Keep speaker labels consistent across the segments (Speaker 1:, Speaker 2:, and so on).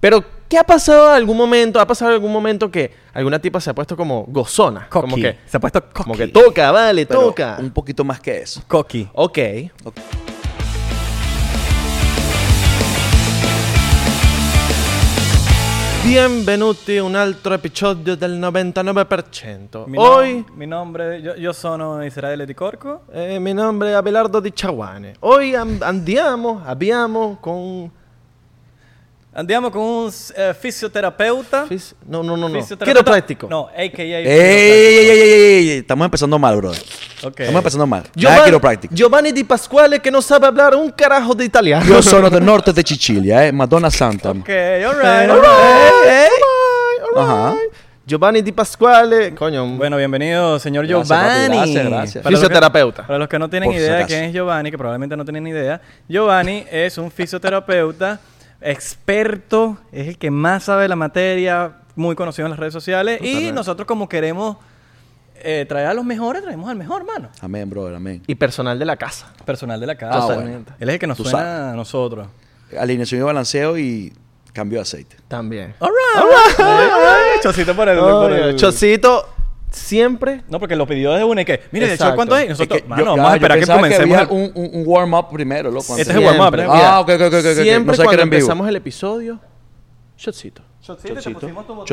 Speaker 1: Pero, ¿qué ha pasado en algún momento? ¿Ha pasado en algún momento que alguna tipa se ha puesto como gozona? Como
Speaker 2: Cocky.
Speaker 1: que,
Speaker 2: Se ha puesto cocky.
Speaker 1: como que toca, vale,
Speaker 3: Pero
Speaker 1: toca.
Speaker 3: Un poquito más que eso.
Speaker 2: Cocky.
Speaker 1: Ok. Benvenuti a un altro episodio del 99%.
Speaker 4: Mi
Speaker 1: Hoy,
Speaker 4: nom- mi nombre, yo, yo sono Israele Di Corco.
Speaker 1: eh, mi nombre è Abelardo Di Chaguane. Hoy an- andiamo, abbiamo con...
Speaker 4: Andiamo con un eh, fisioterapeuta.
Speaker 1: fis- No, no, no, no.
Speaker 4: Fisioterapeuta-
Speaker 1: Quiropráctico.
Speaker 4: No, a.k.a.
Speaker 3: ¡Ey, ey, ey, ey, ey, ey! Estamos empezando mal, bro.
Speaker 4: Ok.
Speaker 3: Estamos empezando mal. Yo
Speaker 1: Giovanni,
Speaker 3: Nada quiero práctica.
Speaker 1: Giovanni Di Pasquale que no sabe hablar un carajo de italiano.
Speaker 3: Yo soy del norte de Chichilia, eh. Madonna Santa.
Speaker 4: Ok, alright.
Speaker 1: All right, all right, all
Speaker 3: Ajá.
Speaker 1: right. Giovanni Di Pasquale, coño, un
Speaker 4: Bueno, bienvenido, señor
Speaker 3: Gracias,
Speaker 4: Giovanni.
Speaker 3: papi, gracias, gracias.
Speaker 4: Para los que-
Speaker 1: Fisioterapeuta.
Speaker 4: para los que no tienen
Speaker 3: Por si
Speaker 4: idea de
Speaker 3: acaso.
Speaker 4: quién es Giovanni, que probablemente no tienen ni idea, Giovanni es un fisioterapeuta experto, es el que más sabe de la materia, muy conocido en las redes sociales. Y nosotros, como queremos eh, traer a los mejores, traemos al mejor, hermano.
Speaker 3: Amén, brother, amén.
Speaker 1: y personal de la casa.
Speaker 4: Personal de la casa.
Speaker 3: Ah, bueno.
Speaker 4: Él es el que nos
Speaker 3: Tú
Speaker 4: suena
Speaker 3: sabes.
Speaker 4: a nosotros.
Speaker 3: Alineación y balanceo y cambio de aceite.
Speaker 1: También.
Speaker 4: All right. all right. Chocito por Ah, el... por el-
Speaker 1: Chocito siempre.
Speaker 4: No, porque lo pidió desde una y que... Mire, ¿de hecho
Speaker 1: Exacto.
Speaker 4: cuánto es? Y
Speaker 3: Es que
Speaker 4: Nosotros,
Speaker 3: yo-
Speaker 4: mano,
Speaker 3: yo-
Speaker 4: vamos a
Speaker 3: yo
Speaker 4: esperar que
Speaker 3: pensaba
Speaker 4: comencemos.
Speaker 3: había
Speaker 4: el-
Speaker 3: un, un- un warm-up primero, loco.
Speaker 4: Este es
Speaker 3: antes.
Speaker 4: el warm-up,
Speaker 1: siempre.
Speaker 4: ¿eh?
Speaker 1: Mira,
Speaker 3: Ah, ok, ok, ok, ok, ok.
Speaker 1: Siempre
Speaker 3: No sabía que
Speaker 1: cuando
Speaker 3: era en vivo.
Speaker 1: empezamos el episodio, Chocito.
Speaker 3: Chocito,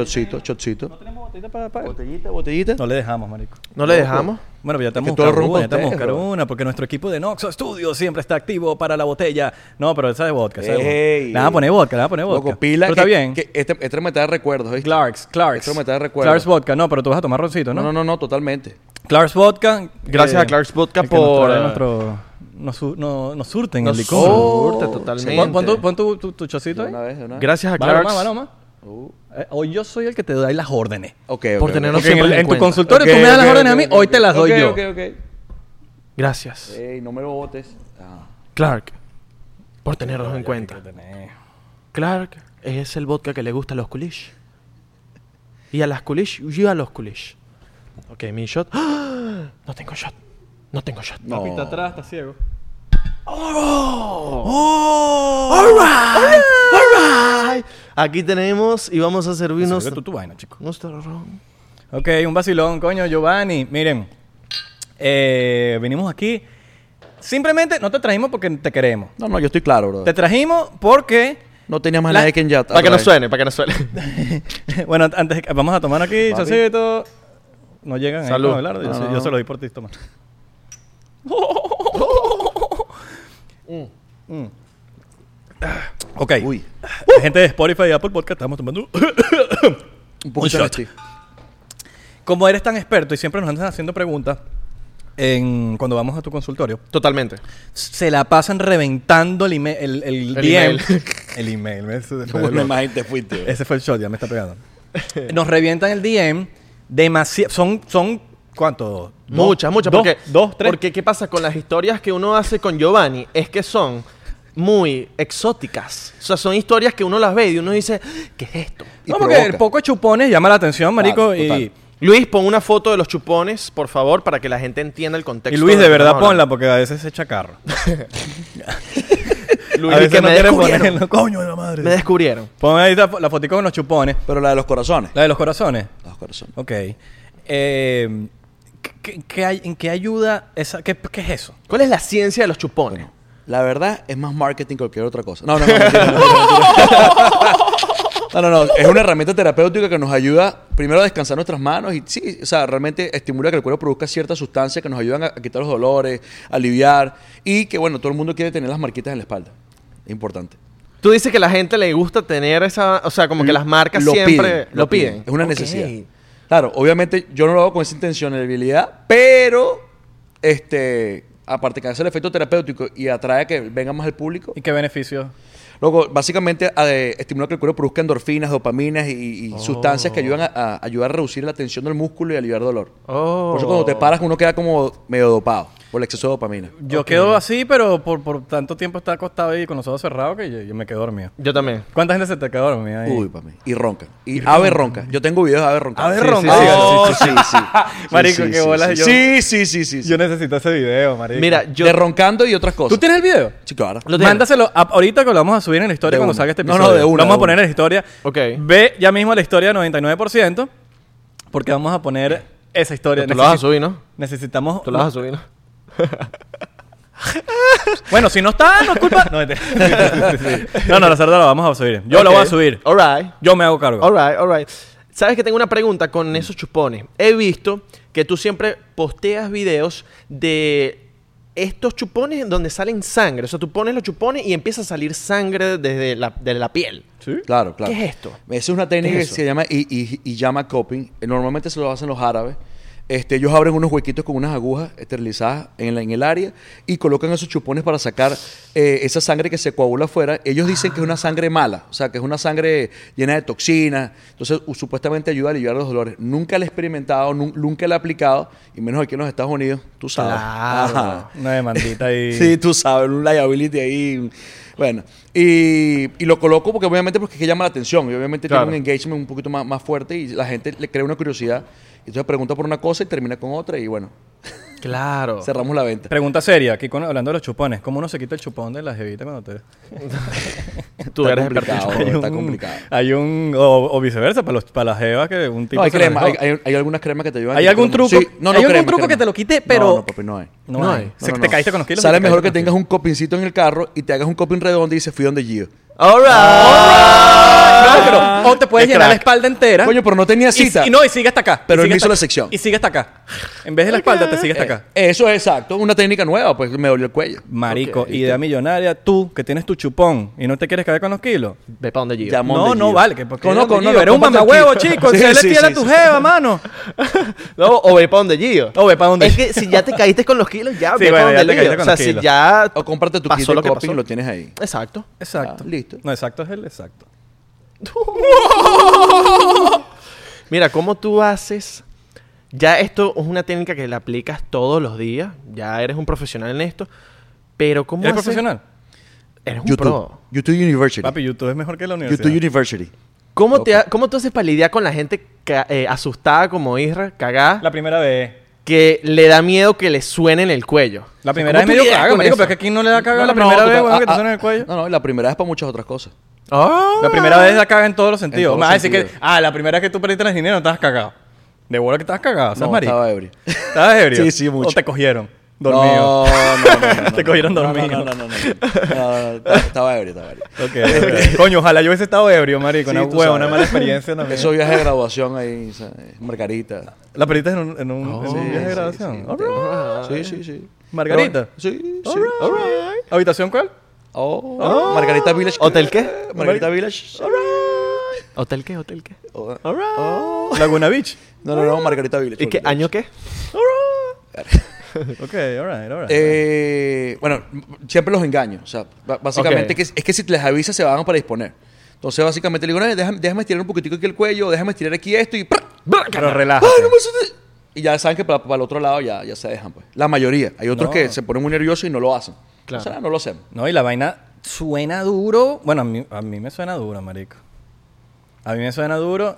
Speaker 3: chocito, chocito.
Speaker 4: tenemos botellita para,
Speaker 3: Botellita, botellita.
Speaker 4: No le dejamos, marico.
Speaker 1: No le dejamos.
Speaker 4: Bueno, pero ya
Speaker 3: Es que
Speaker 4: estamos
Speaker 3: todo
Speaker 4: buscando
Speaker 3: rompa
Speaker 4: una, ya estamos
Speaker 3: ustedes,
Speaker 4: buscando
Speaker 3: bro.
Speaker 4: una, porque nuestro equipo de Noxo Studio siempre está activo para la botella. No, pero esa es vodka, esa es vodka.
Speaker 3: Ey,
Speaker 4: Le van a
Speaker 3: ey.
Speaker 4: poner vodka, le van a poner vodka.
Speaker 3: Loco, pila.
Speaker 4: Pero
Speaker 3: que-
Speaker 4: está bien.
Speaker 3: que Este este me trae recuerdos, ¿viste?
Speaker 4: Clarks, Clarks.
Speaker 3: Esto me trae recuerdo.
Speaker 4: Clarks Vodka, no, pero tú vas a tomar roncito, ¿no?
Speaker 3: No, no, no, no, totalmente.
Speaker 4: Clarks Vodka.
Speaker 1: Gracias
Speaker 4: eh,
Speaker 1: a Clark's Vodka
Speaker 4: el que nos
Speaker 1: por,
Speaker 4: trae
Speaker 1: eh,
Speaker 4: nuestro- nos, su- no- nos surten
Speaker 1: Nos
Speaker 4: el licor.
Speaker 1: surte
Speaker 3: Oh,
Speaker 1: totalmente.
Speaker 4: Pon, pon tu, pon tu, tu- tu chocito
Speaker 3: De
Speaker 4: ahí.
Speaker 3: una vez, de una vez.
Speaker 1: Gracias a
Speaker 4: Va, Loma,
Speaker 1: Clark's
Speaker 4: va, Loma. Eh, hoy yo soy el que te doy las órdenes.
Speaker 3: Ok, ok,
Speaker 1: por
Speaker 3: ok.
Speaker 1: tenernos
Speaker 4: Porque en,
Speaker 1: siempre
Speaker 4: el-
Speaker 1: en
Speaker 4: en tu
Speaker 1: cuenta.
Speaker 4: consultorio
Speaker 3: Ok,
Speaker 4: tú me das
Speaker 3: ok,
Speaker 4: las
Speaker 3: ok,
Speaker 4: órdenes a mí,
Speaker 3: ok,
Speaker 4: hoy te las
Speaker 3: ok,
Speaker 4: doy yo.
Speaker 3: Ok, ok,
Speaker 1: Gracias,
Speaker 3: Ey, no me lo botes. Ah.
Speaker 1: Clark, por tenernos en cuenta. Clark es el vodka que le gusta a los culish. Y a las culish, y a los culish. Ok, mi shot. ¡Ah! No tengo shot. No tengo shot.
Speaker 3: No.
Speaker 4: Está atrás, está ciego.
Speaker 1: Ay, Aquí tenemos y vamos a servirnos
Speaker 4: Sirve tú tu vaina, chico.
Speaker 1: nuestro ron.
Speaker 4: Ok, un vacilón, coño, Giovanni. Miren, eh, venimos aquí. Simplemente no te trajimos porque te queremos.
Speaker 3: No, no, yo estoy claro, bro.
Speaker 4: Te trajimos porque...
Speaker 3: No tenía más
Speaker 4: La-
Speaker 3: nadie que en Yata.
Speaker 1: Para que no
Speaker 3: nos
Speaker 1: suene, para que no suene.
Speaker 4: bueno, antes vamos a tomar aquí,
Speaker 3: Papi.
Speaker 4: chocito. No llegan ahí
Speaker 1: Salud.
Speaker 4: con Abelardo, Yo,
Speaker 3: No,
Speaker 4: se-
Speaker 3: no,
Speaker 4: yo
Speaker 3: no.
Speaker 4: se lo di por ti, toma. Mm. Ok.
Speaker 3: Uy,
Speaker 4: La gente de Spotify y Apple Podcast estamos tomando.
Speaker 3: un
Speaker 4: Un
Speaker 3: poquito de
Speaker 4: shot.
Speaker 3: ti.
Speaker 4: Como eres tan experto y siempre nos andas haciendo preguntas en, cuando vamos a tu consultorio,
Speaker 1: Totalmente.
Speaker 4: se la pasan reventando el, email- el,
Speaker 1: El
Speaker 4: el DM.
Speaker 1: email.
Speaker 4: el email. me- ese fue
Speaker 3: Bueno,
Speaker 4: el-
Speaker 3: imagínate, te fuiste.
Speaker 4: Ese fue el shot, ya me está pegando. Nos revientan el DM. Demasiado. Son, son ¿cuánto? Dos-
Speaker 1: muchas, muchas.
Speaker 4: Dos,
Speaker 1: porque,
Speaker 4: dos, tres.
Speaker 1: Porque, ¿qué pasa con las historias que uno hace con Giovanni? Es que son muy exóticas. O sea, son historias que uno las ve y uno dice, ¿qué es esto?
Speaker 3: y
Speaker 4: no, porque el
Speaker 3: provoca.
Speaker 4: poco de chupones llama la atención, marico.
Speaker 3: Claro, total.
Speaker 4: y,
Speaker 1: Luis, pon una foto de los chupones, por favor, para que la gente entienda el contexto.
Speaker 4: y Luis,
Speaker 1: lo
Speaker 4: de
Speaker 1: que
Speaker 4: verdad,
Speaker 1: estamos
Speaker 4: ponla
Speaker 1: hablando.
Speaker 4: porque a veces se echa carro.
Speaker 1: Luis,
Speaker 4: a veces
Speaker 1: que
Speaker 4: no
Speaker 1: me
Speaker 4: quiere
Speaker 1: descubrieron.
Speaker 4: ponerlo, coño de la madre.
Speaker 1: Me descubrieron.
Speaker 4: Pon ahí la, fo- la fotico con los chupones.
Speaker 3: Pero la de los corazones.
Speaker 4: La de los corazones.
Speaker 3: Los corazones.
Speaker 4: Ok. Eh, ¿qué, qué hay- ¿En qué ayuda esa? ¿Qué, qué es eso?
Speaker 1: ¿Cuál es la ciencia de los chupones?
Speaker 3: La verdad es más marketing que cualquier otra cosa. No, no, no. mentira, mentira, mentira. No, no, no. Es una herramienta terapéutica que nos ayuda primero a descansar nuestras manos y sí, o sea, realmente estimula que el cuerpo produzca ciertas sustancias que nos ayudan a a quitar los dolores, a aliviar y que, bueno, todo el mundo quiere tener las marquitas en la espalda. Es importante.
Speaker 1: Tú dices que a la gente le gusta tener esa... O sea, como que las marcas siempre lo piden.
Speaker 3: Es una
Speaker 1: Ok.
Speaker 3: necesidad. Claro, obviamente yo no lo hago con esa intencionalidad, pero este, aparte que hace el efecto terapéutico y atrae a que venga más al público.
Speaker 4: ¿Y qué beneficios?
Speaker 3: Luego, básicamente a- eh, estimula que el cuerpo produzca endorfinas, dopaminas y,
Speaker 4: Oh.
Speaker 3: y sustancias que ayudan a, a ayudar a reducir la tensión del músculo y aliviar dolor.
Speaker 1: Oh.
Speaker 3: Por eso cuando te paras uno queda como medio dopado por el exceso de dopamina.
Speaker 4: Yo quedo así, pero por, por tanto tiempo está acostado y con los ojos cerrados que yo, yo me quedo dormido.
Speaker 1: Yo también.
Speaker 4: ¿Cuánta gente se te queda dormida ahí?
Speaker 3: Uy, papi. Y ronca. Y, ave ronca. Yo tengo videos de ave ronca.
Speaker 4: Ave
Speaker 3: Sí,
Speaker 4: ronca.
Speaker 3: sí, sí,
Speaker 4: Oh,
Speaker 3: sí, sí, sí, sí.
Speaker 4: Marico,
Speaker 3: Sí,
Speaker 4: qué
Speaker 3: sí,
Speaker 4: bolas,
Speaker 3: sí,
Speaker 4: yo-
Speaker 3: Sí, sí, sí, sí. sí.
Speaker 4: Yo necesito ese video, marico.
Speaker 1: Mira, yo...
Speaker 3: De roncando y otras cosas.
Speaker 4: ¿Tú tienes el video?
Speaker 3: Sí, claro.
Speaker 1: Lo tienes.
Speaker 4: Mándaselo a- ahorita que lo vamos a subir en la historia
Speaker 3: De
Speaker 4: cuando
Speaker 3: una.
Speaker 4: salga este
Speaker 3: No, no,
Speaker 4: episodio.
Speaker 3: de una,
Speaker 4: Lo vamos
Speaker 3: de
Speaker 4: a poner
Speaker 3: una.
Speaker 4: en la historia.
Speaker 1: Ok.
Speaker 4: Ve ya mismo la historia 99%, porque vamos a poner esa historia.
Speaker 1: Tú lo vas a
Speaker 4: Necesi-
Speaker 1: subir, ¿no?
Speaker 4: Necesitamos...
Speaker 1: Tú lo vas a subir, ¿no?
Speaker 4: Bueno, si no está, no es culpa... No, mentira. Sí, sí, sí. no, no, la cerda la vamos a subir. Yo la
Speaker 1: Ok.
Speaker 4: voy a subir.
Speaker 1: All right.
Speaker 4: Yo me hago cargo.
Speaker 1: All right, all right. Sabes que tengo una pregunta con esos chupones. He visto que tú siempre posteas videos de estos chupones en donde salen sangre. O sea, tú pones los chupones y empieza a salir sangre desde la, de la piel.
Speaker 4: ¿Sí?
Speaker 3: Claro, claro.
Speaker 1: ¿Qué es esto?
Speaker 3: Esa es una técnica
Speaker 1: ¿Qué es
Speaker 3: que
Speaker 1: eso?
Speaker 3: se llama y, y, y llama cupping. Eh, Normalmente se lo hacen los árabes. Este, ellos abren unos huequitos con unas agujas esterilizadas en, la- en el área y colocan esos chupones para sacar eh, esa sangre que se coagula afuera. Ellos dicen que es una sangre mala, o sea, que es una sangre llena de toxinas. Entonces, u- supuestamente ayuda a aliviar los dolores. Nunca la he experimentado, nun- nunca la he aplicado, y menos aquí en los Estados Unidos, tú sabes.
Speaker 1: Claro.
Speaker 3: Ajá.
Speaker 4: Una demandita ahí.
Speaker 3: Sí, tú sabes, un liability ahí. Bueno, y, y lo coloco porque obviamente porque es que llama la atención. Y obviamente
Speaker 1: Claro.
Speaker 3: tiene un engagement un poquito más, más fuerte y la gente le crea una curiosidad. Entonces pregunta por una cosa y termina con otra y bueno,
Speaker 1: Claro.
Speaker 3: cerramos la venta.
Speaker 4: Pregunta seria, aquí con- hablando de los chupones. ¿Cómo uno se quita el chupón de la jevita cuando te...
Speaker 1: Tú
Speaker 3: Está
Speaker 1: eres experto en
Speaker 3: complicado.
Speaker 1: chupones.
Speaker 3: está complicado.
Speaker 4: Hay un... O, o viceversa, para, los, para las jevas que un tipo...
Speaker 3: No, hay
Speaker 4: se la
Speaker 3: crema, hay,
Speaker 4: dejó.
Speaker 3: hay- hay algunas cremas que te ayudan.
Speaker 4: ¿Hay
Speaker 3: a
Speaker 4: algún
Speaker 3: quitar el-
Speaker 4: truco?
Speaker 3: Sí, no, no,
Speaker 4: ¿Hay algún
Speaker 3: crema,
Speaker 4: truco
Speaker 3: crema.
Speaker 4: que te lo quite, pero-
Speaker 3: No, no, papi, no hay.
Speaker 4: No,
Speaker 1: No
Speaker 4: hay.
Speaker 1: hay.
Speaker 4: Se-
Speaker 3: No, no,
Speaker 4: te
Speaker 3: no.
Speaker 4: caíste con los kilos.
Speaker 3: Sale
Speaker 4: y te
Speaker 3: mejor que
Speaker 4: caíste
Speaker 3: tengas
Speaker 4: con
Speaker 3: un copincito en el carro y te hagas un copin redondo y dices, fui donde Gio.
Speaker 1: All
Speaker 4: los
Speaker 1: right.
Speaker 4: kilos. Claro, Ah, o te puedes
Speaker 1: Qué
Speaker 4: llenar la
Speaker 1: crack.
Speaker 4: espalda entera.
Speaker 3: Coño, pero no tenía
Speaker 4: Y si-
Speaker 3: cita.
Speaker 4: Y, no, y sigue hasta acá.
Speaker 3: Pero
Speaker 4: Y
Speaker 3: él
Speaker 4: sigue
Speaker 3: me hizo
Speaker 4: hasta-
Speaker 3: la sección.
Speaker 4: Y sigue hasta acá. En vez de la espalda, te sigue hasta
Speaker 3: Eh,
Speaker 4: acá.
Speaker 3: Eso es exacto, una técnica nueva, pues me dolió el cuello.
Speaker 4: Marico,
Speaker 1: Ok,
Speaker 4: idea millonaria, tú que tienes tu chupón y no te quieres caer con los kilos.
Speaker 1: Ve para donde yo.
Speaker 3: Llamó
Speaker 4: No,
Speaker 3: de
Speaker 4: no
Speaker 3: Gio.
Speaker 4: vale, que porque
Speaker 3: Conozco,
Speaker 4: eres de
Speaker 3: no,
Speaker 4: Gio,
Speaker 3: no,
Speaker 4: eres un
Speaker 3: comparto el
Speaker 4: mamahuevo,
Speaker 3: Gio.
Speaker 4: chico,
Speaker 3: Sí,
Speaker 4: se le
Speaker 3: sí,
Speaker 4: tira
Speaker 3: sí,
Speaker 4: a tu
Speaker 3: sí. Ah,
Speaker 4: jeva, mano.
Speaker 1: No, o ve para donde yo.
Speaker 4: O ve pa' donde
Speaker 1: Es
Speaker 4: Gio.
Speaker 1: que si ya te caíste con los kilos, ya
Speaker 4: Sí,
Speaker 1: ve
Speaker 4: bueno,
Speaker 1: para
Speaker 4: ya
Speaker 1: donde yo. O
Speaker 4: te caíste con
Speaker 1: sea,
Speaker 4: los
Speaker 1: si
Speaker 4: kilos.
Speaker 1: ya.
Speaker 3: O comparte tu
Speaker 1: pasó
Speaker 3: kit de
Speaker 1: lo que
Speaker 3: coping
Speaker 1: pasó.
Speaker 3: y lo tienes ahí.
Speaker 1: Exacto.
Speaker 4: Exacto.
Speaker 3: Ah, listo.
Speaker 4: No, exacto es el exacto.
Speaker 1: Mira, ¿cómo tú haces? Ya esto es una técnica que la aplicas todos los días. Ya eres un profesional en esto. Pero ¿cómo
Speaker 4: ¿Eres
Speaker 1: haces?
Speaker 4: profesional?
Speaker 1: Eres un
Speaker 3: YouTube.
Speaker 1: pro.
Speaker 3: YouTube University.
Speaker 4: Papi, YouTube es mejor que la universidad.
Speaker 3: YouTube University.
Speaker 1: ¿Cómo, te ha- ¿Cómo tú haces para lidiar con la gente ca- eh, asustada como Isra, cagada,
Speaker 4: La primera vez.
Speaker 1: que le da miedo que le suene en el cuello?
Speaker 4: La primera
Speaker 1: ¿Cómo
Speaker 4: vez
Speaker 1: tú
Speaker 4: medio
Speaker 1: lidias
Speaker 4: cago,
Speaker 1: con
Speaker 4: marico,
Speaker 1: eso?
Speaker 4: pero es que aquí no le da caga
Speaker 3: No,
Speaker 4: la
Speaker 3: no,
Speaker 4: primera
Speaker 3: tú
Speaker 4: vez,
Speaker 3: te-
Speaker 4: weón, que
Speaker 3: ah,
Speaker 4: te
Speaker 3: ah,
Speaker 4: suena en el cuello.
Speaker 3: No, no, la primera es para muchas otras cosas.
Speaker 1: Ah.
Speaker 4: La primera vez la caga en todos los sentidos.
Speaker 3: todos
Speaker 4: Más
Speaker 3: los
Speaker 4: decir que,
Speaker 3: sentidos.
Speaker 4: ah, la primera vez que tú perdiste el dinero estabas cagado. De bola que estabas cagado, seas
Speaker 3: No,
Speaker 4: marico.
Speaker 3: estaba ebrio.
Speaker 4: ¿Estabas ebrio?
Speaker 3: Sí, sí, mucho.
Speaker 4: O te cogieron
Speaker 3: No,
Speaker 4: dormido.
Speaker 3: no, no, no, no,
Speaker 4: Te cogieron
Speaker 3: no, no,
Speaker 4: dormido.
Speaker 3: No, no, no, no. no. No, no, no, Estaba ebrio, estaba ebrio.
Speaker 4: Ok, ok. Coño, ojalá yo hubiese estado ebrio, marico.
Speaker 3: Sí,
Speaker 4: una
Speaker 3: tú
Speaker 4: hueva, una
Speaker 3: sabes.
Speaker 4: mala experiencia también.
Speaker 3: Eso viaje de graduación ahí, ¿sabes? Margarita.
Speaker 4: ¿La perdiste en un, en un, en un
Speaker 3: sí,
Speaker 4: viaje de
Speaker 3: Oh, sí,
Speaker 4: graduación?
Speaker 3: sí.
Speaker 4: All right.
Speaker 3: Sí, sí, sí.
Speaker 4: Ah, ¿Margarita?
Speaker 3: Pero- Sí, sí.
Speaker 4: Alright.
Speaker 3: All right.
Speaker 4: ¿Habitación cuál?
Speaker 3: Oh, Margarita Village.
Speaker 1: ¿Hotel qué?
Speaker 3: Margarita Village.
Speaker 1: ¿Hotel qué? ¿Hotel qué?
Speaker 3: Oh,
Speaker 1: All right.
Speaker 3: oh.
Speaker 4: Laguna Beach.
Speaker 3: No, no, no, Margarita Village.
Speaker 1: ¿Y qué
Speaker 3: Margarita
Speaker 1: año qué?
Speaker 4: Ok, all right, all right.
Speaker 3: Eh, bueno, siempre los engaño. O sea, ba- básicamente
Speaker 1: Ok.
Speaker 3: que es, es que si les avisa se van para disponer. Entonces, básicamente le digo, "No, déjame, déjame estirar un poquitico aquí el cuello, déjame estirar aquí esto y... ¡prr!
Speaker 4: Pero relájate.
Speaker 3: ¡Ay, no me asustes! Y ya saben que para, para el otro lado ya, ya se dejan, pues. La mayoría. Hay otros
Speaker 4: No.
Speaker 3: que se ponen muy nerviosos y no lo hacen.
Speaker 1: Claro.
Speaker 3: O sea, no lo hacen.
Speaker 4: No, y la vaina suena duro. Bueno, a mí, a mí me suena duro, marico. A mí me suena duro.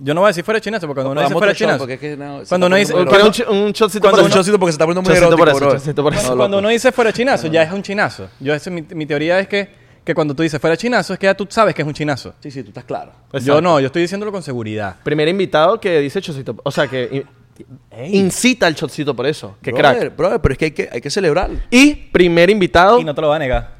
Speaker 4: Yo no voy a decir fuera chinazo, porque cuando uno
Speaker 3: Vamos
Speaker 4: dice
Speaker 3: otro
Speaker 4: fuera
Speaker 3: shot,
Speaker 4: chinazo.
Speaker 3: porque es que no, se
Speaker 4: cuando
Speaker 3: está
Speaker 4: uno dice.
Speaker 3: poniendo muy
Speaker 1: Pero un,
Speaker 4: Cuando,
Speaker 1: ch- un shotcito
Speaker 4: cuando
Speaker 1: por
Speaker 3: un
Speaker 1: uno.
Speaker 3: chocito porque se está poniendo muy
Speaker 1: Chocito
Speaker 3: erótico,
Speaker 1: por eso,
Speaker 3: bro.
Speaker 1: chocito por eso.
Speaker 4: cuando uno dice fuera chinazo, ya es un chinazo. Yo, ese- mi, mi teoría es que, que cuando tú dices fuera chinazo, es que ya tú sabes que es un chinazo.
Speaker 3: Sí, sí, tú estás claro.
Speaker 4: Yo
Speaker 1: Exacto.
Speaker 4: no, yo estoy diciéndolo con seguridad.
Speaker 1: Primer invitado que dice chocito. O sea, que in- incita al chocito por eso. Que
Speaker 3: brother,
Speaker 1: crack.
Speaker 3: brother, pero es que hay que, hay que celebrarlo.
Speaker 1: Y primer invitado,
Speaker 4: Y no te lo va a negar.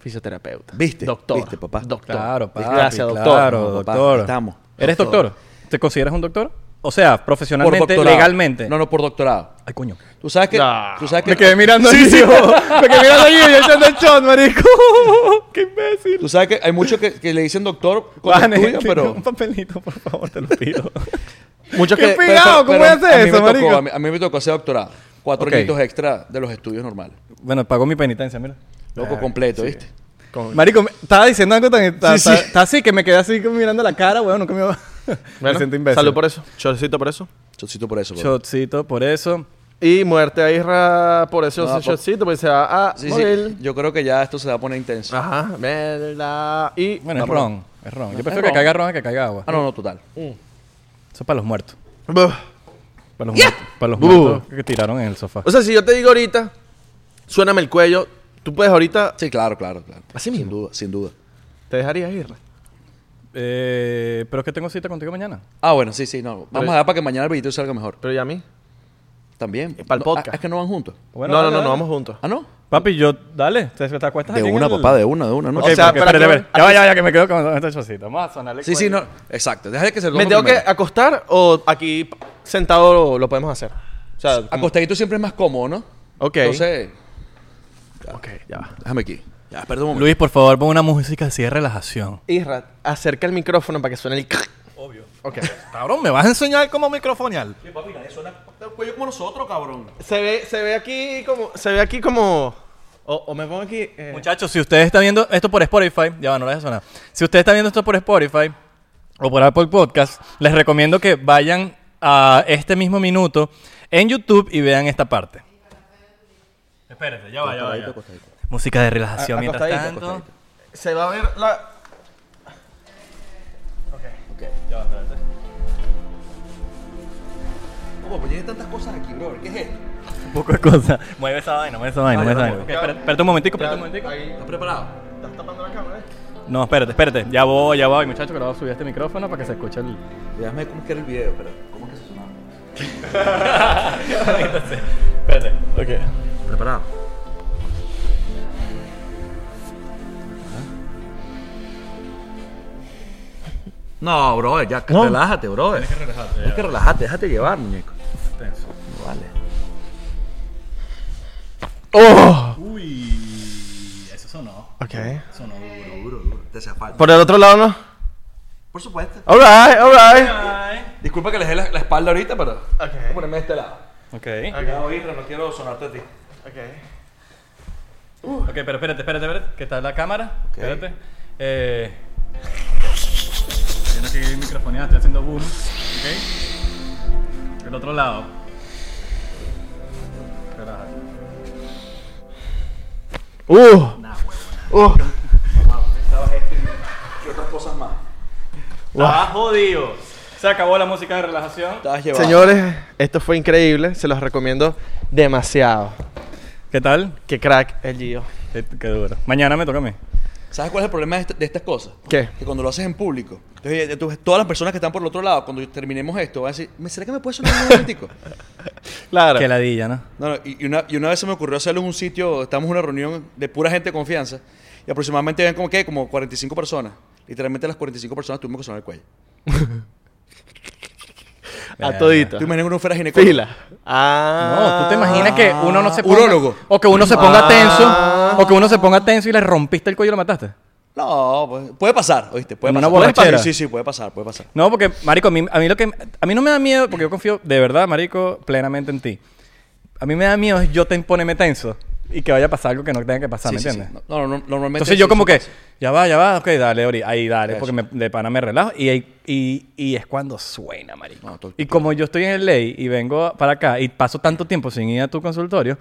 Speaker 1: fisioterapeuta.
Speaker 3: ¿Viste?
Speaker 1: Doctor.
Speaker 3: ¿Viste, papá?
Speaker 1: Doctor.
Speaker 4: Claro, papi,
Speaker 1: Gracias, doctor.
Speaker 4: Claro,
Speaker 3: No, papá,
Speaker 4: doctor.
Speaker 3: estamos.
Speaker 4: ¿Eres doctor. ¿Te consideras un doctor? O sea,
Speaker 3: Por
Speaker 4: profesionalmente,
Speaker 3: doctorado.
Speaker 4: legalmente.
Speaker 3: No, no, por doctorado.
Speaker 4: Ay, coño.
Speaker 3: Tú sabes que...
Speaker 1: Ah.
Speaker 3: Tú sabes que
Speaker 4: Me quedé mirando allí. Me quedé mirando allí y echando el shot, marico. Qué imbécil.
Speaker 3: Tú sabes que hay muchos que, que le dicen doctor con
Speaker 4: Vane,
Speaker 3: el tuyo,
Speaker 4: tiene
Speaker 3: pero...
Speaker 4: Un papelito, por favor, te lo pido.
Speaker 1: Muchos
Speaker 4: Qué
Speaker 1: que.
Speaker 4: pegado, ¿cómo voy a hacer
Speaker 3: mí me
Speaker 4: eso,
Speaker 3: tocó,
Speaker 4: marico?
Speaker 3: a, mí, a mí me tocó hacer doctorado. Cuatro
Speaker 4: Ok.
Speaker 3: añitos extra de los estudios normales.
Speaker 4: bueno, pagó mi penitencia, mira.
Speaker 3: Loco completo, ¿viste?
Speaker 1: con-
Speaker 4: Ah, Marico, me- estaba diciendo algo tan... Está
Speaker 3: Sí, sí.
Speaker 4: está- está así que me quedé así como mirando la cara, weón. Nunca me... me
Speaker 1: Bueno,
Speaker 4: siento imbécil.
Speaker 1: Salud por eso. Chocito por eso.
Speaker 3: Chocito por eso. bro.
Speaker 4: Shotcito por eso.
Speaker 1: Y muerte a Isra por eso
Speaker 3: No,
Speaker 1: ese
Speaker 3: por-
Speaker 1: shotcito, porque se va a
Speaker 3: Sí,
Speaker 1: morir.
Speaker 3: sí. Yo creo que ya esto se va a poner intenso. Ah,
Speaker 1: Ajá, verdad. Y.
Speaker 4: Bueno, es ron. Es ron. Yo prefiero
Speaker 3: es
Speaker 4: que caiga ron a que caiga agua.
Speaker 3: Ah, no, no, total.
Speaker 4: Eso es para los muertos. Uh.
Speaker 1: Buf.
Speaker 4: Para los, muertos, para los
Speaker 1: Buh.
Speaker 4: muertos que tiraron en el sofá.
Speaker 1: O sea, si yo te digo ahorita, suéname el cuello, Tú puedes ahorita.
Speaker 3: Sí, claro, claro, claro.
Speaker 1: Así
Speaker 3: Sin
Speaker 1: mismo.
Speaker 3: duda, sin duda.
Speaker 1: ¿Te dejarías ir?
Speaker 4: Eh, pero es que tengo cita contigo mañana.
Speaker 3: Ah, bueno, sí, sí, no. Vamos
Speaker 1: Pero-
Speaker 3: a dar para que mañana el billete salga mejor.
Speaker 1: Pero ya a mí.
Speaker 3: También.
Speaker 1: Eh, pa'l
Speaker 3: No,
Speaker 1: podcast.
Speaker 3: ah, es que no van juntos.
Speaker 4: Bueno,
Speaker 1: no, no,
Speaker 4: dale,
Speaker 1: no,
Speaker 4: dale.
Speaker 1: no, vamos juntos.
Speaker 3: Ah, ¿no?
Speaker 4: Papi, yo, dale, te, te acuestas
Speaker 3: De
Speaker 4: aquí en
Speaker 3: una,
Speaker 4: el-
Speaker 3: papá, de una, de una. No,
Speaker 4: Ok,
Speaker 1: O sea,
Speaker 4: pero,
Speaker 1: espérate,
Speaker 4: espérate,
Speaker 1: a ver.
Speaker 4: espérate. Ya va, ya va, ya que me quedo con este chocito. Vamos a sonarle.
Speaker 3: sí, sí, no. Exacto. Deja que se lo
Speaker 1: ¿Me
Speaker 3: tome
Speaker 1: tengo que
Speaker 3: primero.
Speaker 1: acostar o aquí p- sentado lo, lo podemos hacer? O sea, como-
Speaker 3: Acostadito siempre es más cómodo, ¿no?
Speaker 1: Ok.
Speaker 3: Entonces,
Speaker 1: Ok, ya va.
Speaker 3: déjame aquí. Ya, perdón un momento.
Speaker 4: Luis, por favor, pon una música así de relajación.
Speaker 1: Isra, acerca el micrófono para que suene el.
Speaker 4: Obvio. pues,
Speaker 1: Ok.
Speaker 4: Cabrón, ¿me vas a enseñar cómo microfonear?
Speaker 3: cuello como nosotros, cabrón.
Speaker 1: Se ve, se ve aquí como. Se ve aquí como. O, o me pongo aquí. eh,
Speaker 4: Muchachos, si usted está viendo esto por Spotify, ya va, no lo dejes sonar. Si usted está viendo esto por Spotify o por Apple Podcast, les recomiendo que vayan a este mismo minuto en YouTube y vean esta parte. Espérate, ya va, ya va. ya va. Música de relajación
Speaker 1: A-
Speaker 4: mientras
Speaker 1: acostadito,
Speaker 4: tanto.
Speaker 1: acostadito. se va a ver la.
Speaker 3: ¿Cómo? Pues tienes tantas cosas aquí, bro. ¿Qué es esto?
Speaker 4: Un poco de cosa. Mueve esa vaina, mueve esa vaina,
Speaker 3: Ah,
Speaker 4: mueve
Speaker 3: ya
Speaker 4: esa
Speaker 3: vamos.
Speaker 4: vaina. Ok, espérate, espérate un momentico, espérate un momentico.
Speaker 1: Ahí,
Speaker 3: ¿Estás preparado?
Speaker 1: estás tapando la cámara, ¿eh?
Speaker 4: No, espérate, espérate. Ya voy, ya voy, muchachos, que lo voy a subir a este micrófono para que se escuche el...
Speaker 3: Déjame ver cómo es que era el video, pero ¿cómo es que se sonaba?
Speaker 4: espérate. Ok.
Speaker 3: Preparado. ¿Ah? No, bro, ya que relájate, bro. Tienes que relajarte. Tienes que relajarte, déjate llevar, muñeco. No Vale.
Speaker 4: Uy, eso sonó.
Speaker 1: Ok.
Speaker 4: Sonó duro.
Speaker 3: Duro, duro. Te hace falta.
Speaker 1: Por el otro lado, ¿no?
Speaker 3: Por supuesto.
Speaker 1: Alright, alright.
Speaker 3: Disculpa que les dé la, la espalda ahorita, pero.
Speaker 1: Ok.
Speaker 3: Voy a ponerme de este lado.
Speaker 4: Ok.
Speaker 3: Cuidado, Isra, no quiero sonarte a ti.
Speaker 1: Ok.
Speaker 4: Ok, pero espérate, espérate, espérate. ¿Qué tal la cámara?
Speaker 3: Ok.
Speaker 4: Espérate. Eh... Viendo que microfonía, estoy haciendo boom. Ok. Del otro lado. Relájate.
Speaker 1: Uh. Uh.
Speaker 3: Estabas esto y ¿Qué otras cosas más?
Speaker 4: ¡Ah, jodido! Se acabó la música de relajación.
Speaker 3: Estabas llevado.
Speaker 1: Señores, esto fue increíble. Se los recomiendo demasiado.
Speaker 4: ¿Qué tal?
Speaker 1: Qué crack el Gio.
Speaker 4: Qué, duro. Mañana me toca a mí.
Speaker 3: ¿Sabes cuál es el problema de, esta- de estas cosas?
Speaker 1: ¿Qué?
Speaker 3: Que cuando lo haces en público, entonces, eh, tú- todas las personas que están por el otro lado, cuando terminemos esto, van a decir, "¿Me- ¿será que me puede sonar un momentico?
Speaker 1: Claro.
Speaker 4: Qué ladilla, ¿no?
Speaker 3: No, no, y, y una, y una vez se me ocurrió hacerlo en un sitio, estamos en una reunión de pura gente de confianza, y aproximadamente ven como que, como 45 personas. Literalmente las 45 personas tuvimos que sonar el cuello.
Speaker 1: A todito.
Speaker 3: ¿Tú imaginas que uno fuera ginecólogo?
Speaker 1: Fila. Ah.
Speaker 4: No, tú te imaginas que uno no se ponga...
Speaker 3: Urólogo.
Speaker 4: O que uno se ponga
Speaker 1: Ah.
Speaker 4: tenso. O que uno se ponga tenso y le rompiste el cuello y lo mataste.
Speaker 3: No, pues, puede pasar, ¿oíste? Puede
Speaker 4: Una
Speaker 3: pasar.
Speaker 4: borrachera.
Speaker 3: Sí, sí, puede pasar, puede pasar.
Speaker 4: No, porque, marico, a mí, a mí lo que... A mí no me da miedo, porque yo confío de verdad, marico, plenamente en ti. A mí me da miedo es yo te ponerme tenso y que vaya a pasar algo que no tenga que pasar,
Speaker 3: Sí,
Speaker 4: ¿me
Speaker 3: sí, sí.
Speaker 4: entiendes?
Speaker 3: No, no, no, normalmente...
Speaker 4: Entonces yo
Speaker 3: sí,
Speaker 4: como
Speaker 3: sí
Speaker 4: que,
Speaker 3: pasa.
Speaker 4: ya va, ya va, ok, dale, Ori, ahí dale,
Speaker 3: Eso.
Speaker 4: porque me, de pana me relajo. Y, ahí- y, y es cuando suena, marico.
Speaker 3: No, to-
Speaker 4: y como yo estoy en el ley y vengo a- para acá y paso tanto tiempo sin ir a tu consultorio,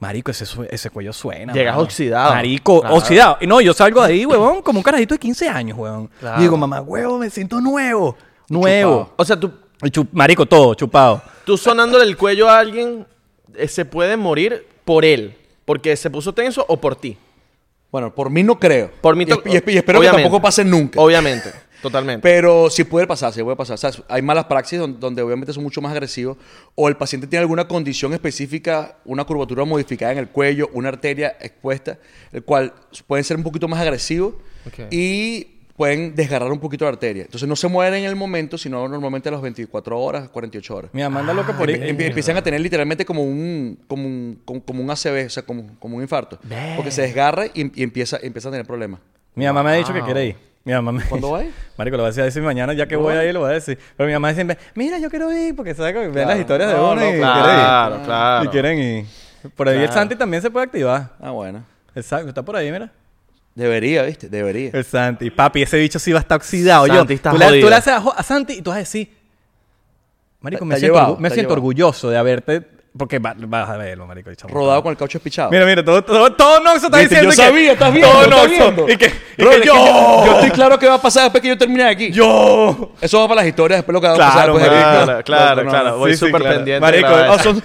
Speaker 4: marico, ese, sue- ese cuello suena.
Speaker 1: Llegas
Speaker 4: mano.
Speaker 1: oxidado.
Speaker 4: Marico,
Speaker 1: Claro.
Speaker 4: oxidado. Y no, yo salgo de ahí, huevón, como un carajito de 15 años, huevón.
Speaker 1: Claro.
Speaker 4: Y digo, mamá, huevo, me siento nuevo. Nuevo.
Speaker 1: O sea, tú,
Speaker 4: Y chu- marico, todo, chupado.
Speaker 1: tú sonándole el cuello a alguien eh, se puede morir por él. Porque se puso tenso o por ti.
Speaker 3: Bueno, por mí no creo.
Speaker 1: Por mí
Speaker 3: Y, esp- y esp- y espero que tampoco pase nunca.
Speaker 1: Obviamente. Totalmente.
Speaker 3: Pero sí puede pasar, sí puede pasar. O sea, hay malas praxis don- donde, obviamente son mucho más agresivos. O el paciente tiene alguna condición específica, una curvatura modificada en el cuello, una arteria expuesta, el cual pueden ser un poquito más agresivos
Speaker 1: Ok.
Speaker 3: y pueden desgarrar un poquito la arteria. Entonces no se mueren en el momento, sino normalmente a las 24 horas, 48 horas.
Speaker 4: Mira, manda loca por
Speaker 3: Empie-
Speaker 4: ahí.
Speaker 3: empie- empiezan a tener literalmente como un, como un, como, como un ACV, o sea, como, como un infarto.
Speaker 1: Ve.
Speaker 3: Porque se desgarra y, y empieza, empieza a tener problemas.
Speaker 4: Mi mamá me ha dicho que quiere ir. Mi mamá me
Speaker 3: ¿Cuándo
Speaker 4: dice-
Speaker 3: va a ir?
Speaker 4: Marico, lo voy a decir, a decir mañana, ya que voy a ir, lo voy a decir. Pero mi mamá siempre, mira, yo quiero ir, porque sabes que ven las historias de
Speaker 3: No,
Speaker 4: uno
Speaker 3: no,
Speaker 4: y,
Speaker 1: claro,
Speaker 4: quiere ir.
Speaker 1: claro.
Speaker 4: y quieren ir. Por ahí el
Speaker 1: Claro.
Speaker 4: Santi también se puede activar.
Speaker 3: Ah, bueno.
Speaker 4: El Santi, está por ahí, mira.
Speaker 3: Debería, ¿viste? Debería.
Speaker 4: El Santi. Papi, ese bicho sí va a estar oxidado. yo.
Speaker 1: Santi está
Speaker 4: tú, le, tú
Speaker 1: jodido.
Speaker 4: le haces a, jo- a Santi y tú vas a decir, Marico,
Speaker 3: Está-
Speaker 4: me
Speaker 3: está
Speaker 4: siento,
Speaker 3: llevado,
Speaker 4: orgu- me
Speaker 3: está
Speaker 4: siento
Speaker 3: llevado.
Speaker 4: orgulloso de haberte. Porque va- vas a verlo, Marico. el chamo.
Speaker 3: Rodado con el caucho espichado.
Speaker 4: Mira, mira, todo, todo, todo Noxo está
Speaker 3: Viste,
Speaker 4: diciendo
Speaker 3: yo
Speaker 4: que-
Speaker 3: sabía, estás viendo,
Speaker 4: Todo
Speaker 3: estás
Speaker 4: Noxo.
Speaker 3: viendo.
Speaker 4: Y que, y
Speaker 3: Brother,
Speaker 4: que
Speaker 3: es que
Speaker 4: yo,
Speaker 3: yo, yo estoy claro que va a pasar después que yo termine de aquí.
Speaker 4: yo.
Speaker 3: Eso va para las historias, después lo que va a
Speaker 4: Claro,
Speaker 3: pasar. pues, después de aquí.
Speaker 1: claro,
Speaker 3: No,
Speaker 1: claro,
Speaker 3: no, no.
Speaker 1: claro. Voy súper pendiente de
Speaker 4: Marico,
Speaker 1: la-
Speaker 4: oh, son-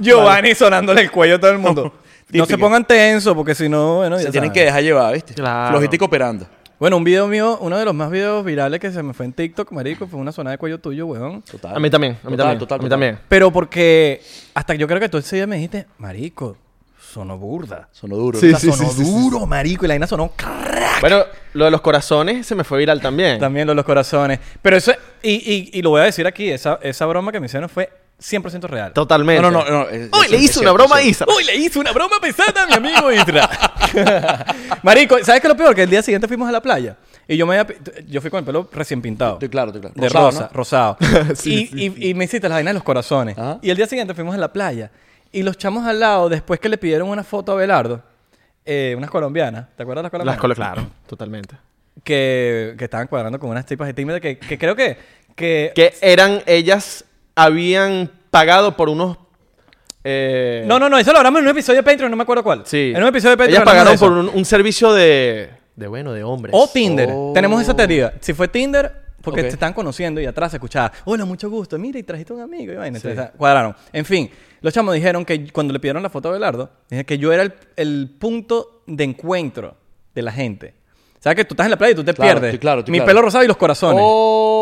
Speaker 4: Giovanni sonándole el cuello a todo el mundo. No se pongan tenso porque si no, bueno,
Speaker 3: Se
Speaker 4: ya
Speaker 3: tienen
Speaker 4: saben.
Speaker 3: que dejar llevar, ¿viste?
Speaker 1: Claro.
Speaker 3: Flojitico operando.
Speaker 4: Bueno, un video mío, uno de los más videos virales que se me fue en TikTok, marico, fue una zona de cuello tuyo, weón.
Speaker 3: Total.
Speaker 1: A mí también, a mí
Speaker 3: Total,
Speaker 1: también.
Speaker 3: total,
Speaker 1: a mí
Speaker 3: total.
Speaker 1: también.
Speaker 4: Pero porque hasta yo creo que tú ese día me dijiste, marico, sonó burda.
Speaker 3: Sonó duro.
Speaker 1: Sí,
Speaker 4: O sea, sonó duro, marico, y la vaina sonó crack.
Speaker 1: Bueno, lo de los corazones se me fue viral también.
Speaker 4: También lo de los corazones. Pero eso, y, y, y lo voy a decir aquí, esa, esa broma que me hicieron fue 100% real.
Speaker 1: Totalmente.
Speaker 3: No, no, no. no, es-
Speaker 1: Uy,
Speaker 3: es-
Speaker 1: le
Speaker 3: es
Speaker 1: hizo una
Speaker 3: cierto,
Speaker 1: broma a
Speaker 3: es cierto.
Speaker 1: Isa.
Speaker 4: ¡Uy, le hice una broma pesada a mi amigo Isra! Marico, ¿sabes qué es lo peor? Que el día siguiente fuimos a la playa. Y yo me había pi- yo fui con el pelo recién pintado.
Speaker 3: Estoy claro, estoy claro.
Speaker 4: De
Speaker 3: Rosado,
Speaker 4: rosa, rosado.
Speaker 1: Sí,
Speaker 4: y, y- y me hiciste las vainas de los corazones.
Speaker 3: Ajá.
Speaker 4: Y el día siguiente fuimos a la playa. Y los chamos al lado, después que le pidieron una foto a Belardo, eh, unas colombianas, ¿te acuerdas de las colombianas?
Speaker 1: Las colo- claro, totalmente.
Speaker 4: que, que estaban cuadrando con unas tipas de Tinder que, que creo que... que,
Speaker 1: Que eran ellas, habían pagado por unos. eh,
Speaker 4: No, no, no, eso lo hablamos en un episodio de Patreon, no me acuerdo cuál.
Speaker 1: Sí.
Speaker 4: En un episodio de Patreon.
Speaker 1: Ellas
Speaker 4: hablamos de
Speaker 1: pagaron
Speaker 4: eso.
Speaker 1: por un, un servicio de. De bueno, de hombres.
Speaker 4: O Tinder.
Speaker 3: Oh.
Speaker 4: Tenemos esa teoría. Si fue Tinder, porque
Speaker 3: Ok.
Speaker 4: te están conociendo y atrás se escuchaba, hola, mucho gusto, mira, y trajiste un amigo. Y vaina. Entonces, cuadraron. En fin, los chamos dijeron que cuando le pidieron la foto a Belardo, dijeron que yo era el, el punto de encuentro de la gente. O sea, que tú estás en la playa y tú te
Speaker 3: Claro,
Speaker 4: pierdes.
Speaker 3: estoy claro, estoy
Speaker 4: Mi
Speaker 3: claro.
Speaker 4: pelo rosado y los corazones.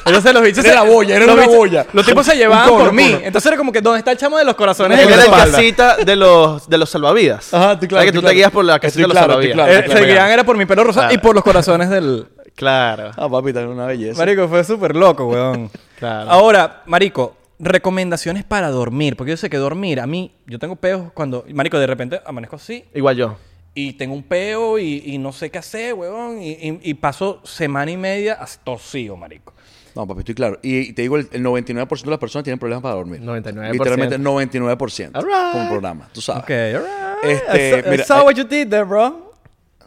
Speaker 3: Oh.
Speaker 4: Entonces los bichos
Speaker 3: Era
Speaker 4: se-
Speaker 3: la boya, era
Speaker 4: los
Speaker 3: una
Speaker 4: bichos-
Speaker 3: boya.
Speaker 4: Los tipos se
Speaker 3: Un
Speaker 4: llevaban
Speaker 3: cono,
Speaker 4: por
Speaker 3: un
Speaker 4: mí.
Speaker 3: cono.
Speaker 4: Entonces era como que, ¿dónde está el chamo de los corazones?
Speaker 1: Él
Speaker 4: En la
Speaker 1: era el
Speaker 4: espalda.
Speaker 1: casita de los, de los salvavidas.
Speaker 3: Ajá, estoy claro,
Speaker 1: O sea, que
Speaker 3: estoy
Speaker 1: tú
Speaker 3: claro.
Speaker 1: te guías por la
Speaker 3: Estoy
Speaker 1: casita de los
Speaker 3: claro, estoy
Speaker 1: salvavidas.
Speaker 4: Eh,
Speaker 3: claro,
Speaker 4: se guiaban era por mi pelo rosado y por los corazones del,
Speaker 1: Claro.
Speaker 3: Ah, papi, también una belleza.
Speaker 4: Marico, fue súper loco, weón.
Speaker 1: Claro.
Speaker 4: Ahora, Marico, recomendaciones para dormir. Porque yo sé que dormir, a mí, yo tengo peos cuando. Marico, de repente amanezco así
Speaker 1: Igual yo.
Speaker 4: y tengo un peo y, y no sé qué hacer, weón. Y, y- y paso semana y media as- torcido, Marico.
Speaker 3: No, papi, estoy claro. Y, y te digo, el, el 99% de las personas tienen problemas para dormir.
Speaker 1: 99%.
Speaker 3: Literalmente 99%.
Speaker 1: All right.
Speaker 3: Como programa, tú sabes.
Speaker 4: Ok, alright.
Speaker 3: Este,
Speaker 4: I saw, I
Speaker 3: mira,
Speaker 4: saw
Speaker 3: hay-
Speaker 4: what you did there, bro.